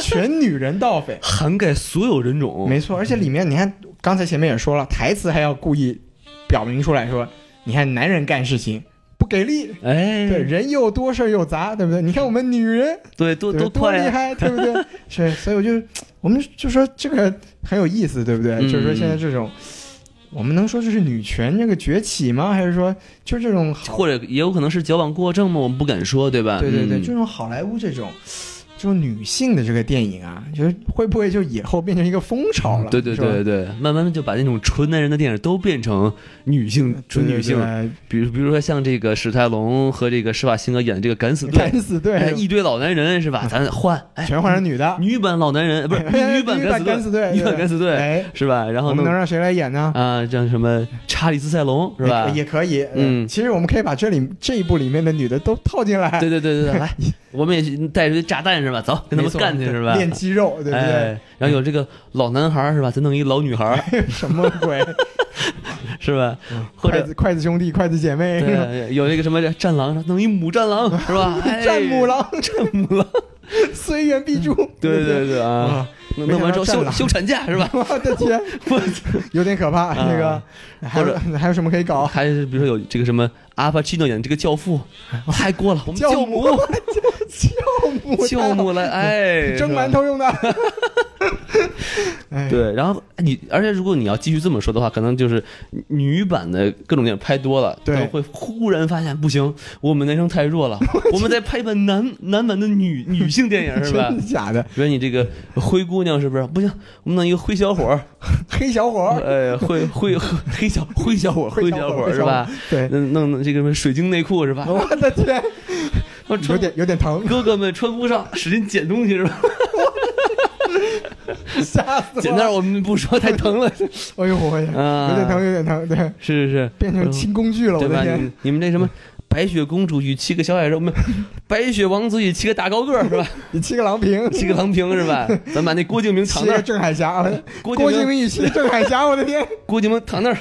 全女人盗匪，涵盖所有人种，没错。而且里面你看，刚才前面也说了，台词还要故意表明出来说，你看男人干事情不给力，哎，对，人又多事儿又杂，对不对？你看我们女人对，多对多多快啊厉呀！害，啊对不对？ 是，所以我就我们就说这个很有意思，对不对？嗯就是说现在这种。我们能说这是女权这个崛起吗？还是说就是这种好或者也有可能是矫枉过正嘛，我们不敢说，对吧？对对对，嗯这种好莱坞这种这种女性的这个电影啊，就是会不会就以后变成一个风潮了？嗯对对是吧对对，慢慢就把那种纯男人的电影都变成女性纯女性，对比如比如说像这个史泰龙和这个施瓦辛格演的这个《敢死对对 队敢死》，哎队一堆老男 人是吧？咱换哎，全换成女的，哎女版老男人不 是女版女版敢敢死死队，队女版对敢死队哎，是吧？然我后们能呢让哎谁来演呢？啊，像什么查理斯塞隆啊是吧也？也可以，嗯其实我们可以把这里这一部里面的女的都套进来，对对 对对对，来，我们也去带着炸弹是吧？走，跟他没们错，干去是吧？练肌肉，对不嗯对？哎，然后有这个老男孩儿是吧？再弄一老女孩儿 什么鬼？是吧？ 或嗯筷者子筷子兄弟，筷子姐妹，对，有那个什么战狼，弄一母战狼是吧？哎战母，狼，战母狼，随缘必诛，哎对对对对啊，啊！弄没弄完之想到战后休狼？休产假是吧 我的天，我有点可怕，啊这个还或有者还有什么可以搞？啊还是比如说有这个什么阿帕奇诺演的这个教 父，太过了，我们教教母酵母，教母来，哎， 蒸馒头头用的，哎，对，然后哎你，而且如果你要继续这么说的话，可能就是女版的各种电影拍多了，对可能会忽然发现不行，我们男生太 弱了，我们再拍一本男男版的女 女性电影是真 吧？的假的？比如你这个灰姑娘是不是不行？我们弄一个灰小 伙儿，黑小伙儿，哎，灰灰 黑小灰小伙 儿，灰灰小小伙哎哦伙儿儿是吧灰？对，弄弄弄这个什么水晶内裤是吧？我的 天，我有穿点有点疼， 哥哥们穿不上，使劲捡东西是吧？吓死我了！ 捡那儿我们不说，太疼了。哎呦我天， 啊有点疼，有点疼，对，是是是，变成轻工具了，我对吧？的天，你你们那什么，白雪公主与七个小矮人，我们白雪王子与七个大高个儿是吧？你七个郎平，七个郎平是吧？咱把那郭敬明七躺那个儿，郑海霞，郭郭敬敬明明与七个郑海霞，我的天，郭敬明 躺那儿，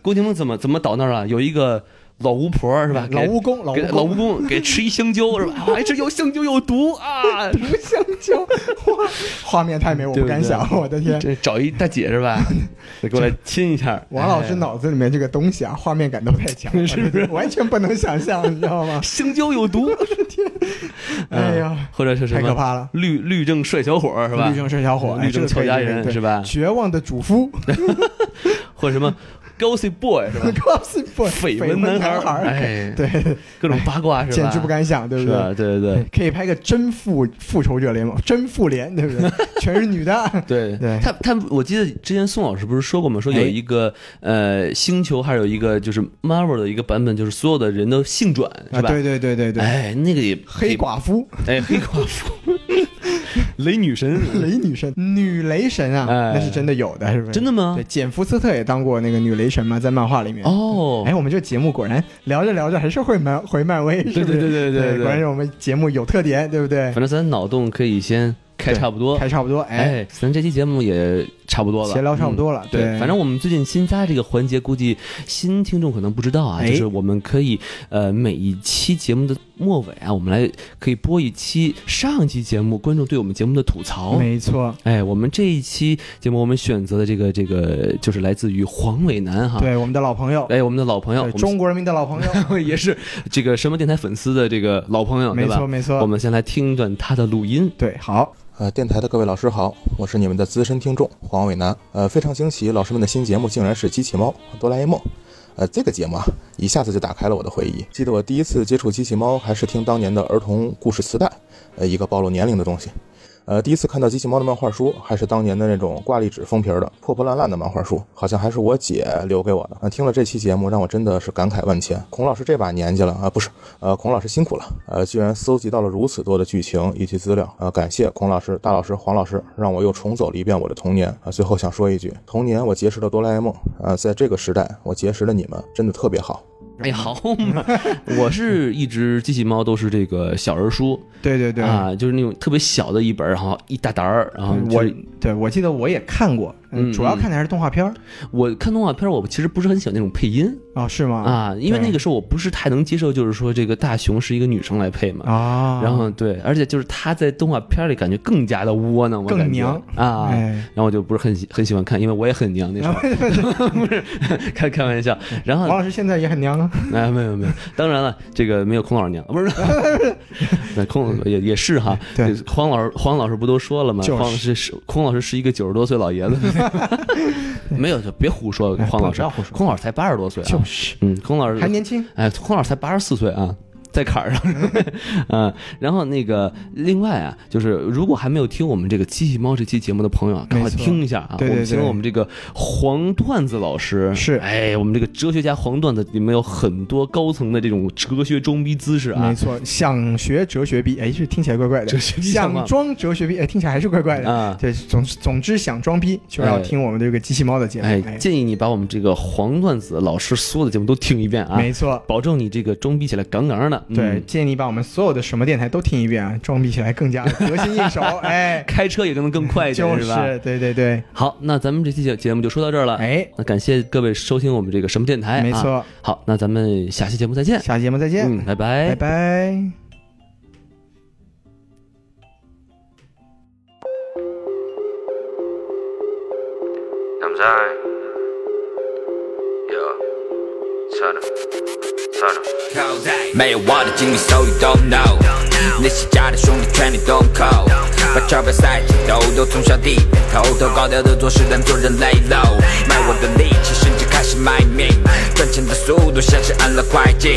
郭敬明怎么怎么倒那儿啊？有一个老巫婆儿是吧？老给蜈蚣，老给蜈老蚣 蜈，蚣给吃一香蕉是吧？哎，这有香蕉有毒 啊！毒香蕉，哇，画面太美，我对不不敢对想，我的天。这找一大姐 是吧？得过来亲一下。王老师哎脑子里面这个东西啊，画面感都太强了， 是不是完全不能想象，你知道吗？香蕉 有毒，哎呀嗯或者是什太么可怕了。律律政帅小伙儿是吧？律政帅小伙，哎律政俏佳人这是？个可以这个可吧以对？绝望的主 夫或者什么 gossip boy 是吧？ ，Gossip Boy，绯闻闻男孩孩儿儿，哎，对，各种八卦是吧？简直不敢想，对是不吧？对？对对可以拍个真复复仇者联盟，真复联，对 不对？全是女的，对对哎他他，我记得之前宋老师不是说过吗？说有一个呃星球，还有一个就是 Marvel 的一个版本，就是所有的人都性转啊，是吧？对对对对对，哎，那个也黑寡妇、哎黑寡妇，雷女神， 雷女神、女雷神啊，嗯哎那是真的有的，是不是？ 真的吗对，？简福斯特也当过那个女雷神嘛，在漫画里面。嗯哦哎，，我们这节目果然聊着聊着还是会漫回漫威，是对不对是？对对对果然对，是我们节目有特点，对不对反？正咱脑洞可以先开对差不多还。差不多，哎，哎，咱这期节目也差不多了，闲聊差不嗯多了，对，反正我们最近新加这个环节，估计新听众可能不知道啊，哎就是我们可以呃每一期节目的末尾啊，我们来可以播一期上一期节目观众对我们节目的吐槽。没错，哎，我们这一期节目我们选择的这个这个就是来自于黄伟南哈，对我们的老朋友，哎，我们的老朋友，对我们中国人民的老 朋友，也是这个什么电台粉丝的这个老朋友，没对错吧？没我错，们先来听一段他的录音。对，好，呃，电台的各位老师好，我是你们的资深听众黄伟南。呃，非常惊喜，老师们的新节目竟然是《机器猫哆啦 A 梦》。呃，这个节目啊，一下子就打开了我的回忆。记得我第一次接触机器猫，还是听当年的儿童故事磁带，呃，一个暴露年龄的东西。呃，第一次看到机器猫的漫画书，还是当年的那种挂历纸封皮儿的破破烂烂的漫画书，好像还是我姐留给我的。呃，听了这期节目，让我真的是感慨万千。孔老师这把年纪了啊、不是，呃，孔老师辛苦了，呃，居然搜集到了如此多的剧情以及资料，呃，感谢孔老师、大老师、黄老师，让我又重走了一遍我的童年。啊、最后想说一句，童年我结识了哆啦 A 梦，呃，在这个时代，我结识了你们，真的特别好。 哎，好嘛，我是一直机器猫都是这个小人书，对对对，啊，就是那种特别小的一本儿，然后一大沓儿，然后嗯就我是对我记得我也看过，嗯嗯主要看的还是动画片儿我看动画片儿，我其实不是很喜欢那种配音哦，是吗？啊，因为对那个时候我不是太能接受，就是说这个大雄是一个女生来配嘛。啊，然后对，而且就是她在动画片儿里感觉更加的窝囊，我更感觉娘啊。哎，然后我就不是很喜很喜欢看，因为我也很娘那时候，不是开开玩笑。然 后王老师现在也很 娘啊，哎，没有没有，当然了，这个没有孔老师娘，不是， 对，孔也也是哈。对，黄老师黄老师不都说了吗？就是黄老师是孔老师是一个九十多岁 老爷子， 没有就别胡说，哎黄老不师要胡，说孔老师才八十多岁啊，就是嗯，孔老师还年轻，哎，孔老师才八十四岁啊，在坎儿上。 嗯，然后那个另外啊，就是如果还没有听我们这个机器猫这期节目的朋友啊，赶快没错听一下啊。对对我们请对我们这个黄段子老师是哎，我们这个哲学家黄段子里面有很多高层的这种哲学装逼姿势没啊。错，想学哲学逼，哎，这听起来怪怪的哲。学家嘛想装哲学逼，哎，听起来还是怪怪的。啊对，总总之想装逼就要哎听我们这个机器猫的节目。哎哎，，建议你把我们这个黄段子老师所有的节目都听一遍啊，没错。保证你这个装逼起来杠杠的。嗯对，，建议你把我们所有的什么电台都听一遍啊，装逼起来更加得心应手。 哎，开车也能更快一点，就是吧？是，对对对，好，那咱们这期节节目就说到这儿了。哎，那感谢各位收听我们这个什么电台、啊，没错。好，那咱们下期节目再见。下期节目再见，嗯，拜拜拜拜。 I'm sorry. Yo, turn up, turn up. 没有我的经历，so you don't know。那些假的兄弟全你 don't call，把钞票塞进兜兜。都从小低头，都高调的做事，但做人累喽。卖我的力气，甚至开始卖命，赚钱的速度像是按了快进。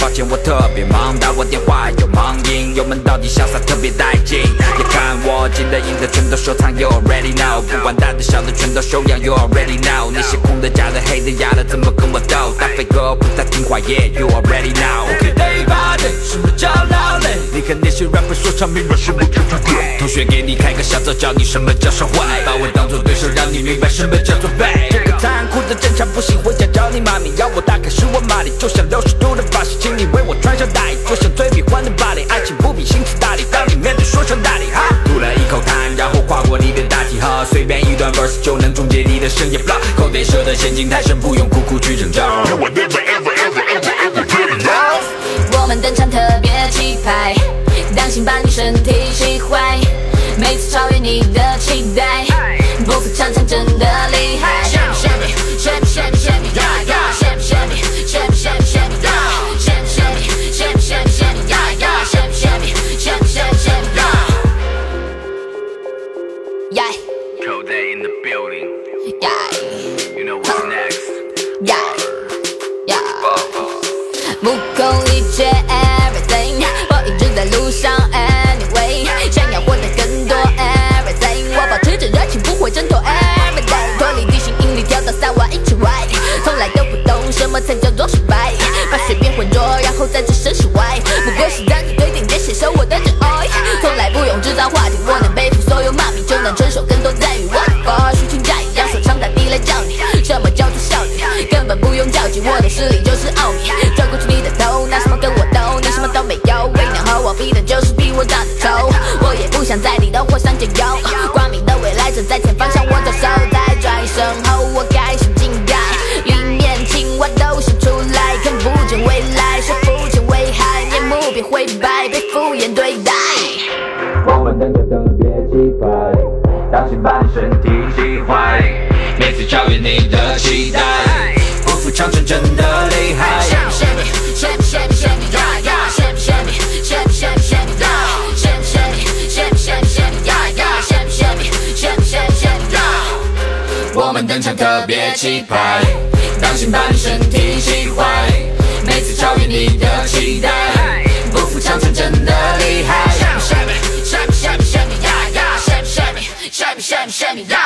抱歉，我特别忙，打我电话有忙音，油门到底潇洒特别带劲。也看我进的赢的全都收藏，You already know，不管大的小的全都收养，You already know。那些空的假的黑的哑的怎么跟我斗？大飞哥不太听话，Yeah，You already know。Day by day，什么叫劳累？你看那些 rapper 说唱明白什么叫做对。同学给你开个小灶，教你什么叫社会，把我当做对手，让你明白什么叫做背。这个残酷的战场不行，回家找你妈咪，要我打开十万马力，就像六十度的法式，请你为我穿上大衣，就像最迷幻的巴黎，爱情不比心情大理，当你面对说唱大理哈。吐了一口痰，然后跨过你的大体哈，随便一段 verse 就能终结你的深夜 block，口袋蛇的陷阱太深，不用苦苦去挣扎。 You will never ever ever ever ever get enough. 我们登场特别气派，当心把你身体气坏，每次超越你的期待，不服常常真的厉害。Yeah, Koday in the building. yeah, You know what's next. yeah, yeah. 不够理解 everything，我一直在路上 anyway，想要获得更多 everything，我保持着热情，不会挣脱 everyday，脱离地心引力跳到三万英尺外，从来都不懂什么才叫做失败，把水变浑浊，然后再置身事外，不过是单纯堆点点写收我的真爱，从来不用制造话题，我能背负所有骂名，就能承受更多赞誉，我的虚情假意，让手枪打地来叫你，什么叫做效率，根本不用较劲，我的实力就是奥秘。转过去你的头，拿什么跟我斗？你什么都没有，未能和我比的就是比我长得丑。我也不想在你的火上加油，光明的未来正在前方向我招手。再转身后，我开始惊讶，里面青蛙都想出来，看不见未来，说不清危害，面目变灰白，被敷衍对待。我们等着等别气坏，当心把身体气坏，每次超越你的期待，不服长城真的厉害。我们登场特别气派，当心把你身体气坏，每次超越你的期待，不服长城真的厉害。 Shimmy, shimmy, shimmy, yeah, yeah. Shimmy, shimmy, shimmy, shimmy, yeah.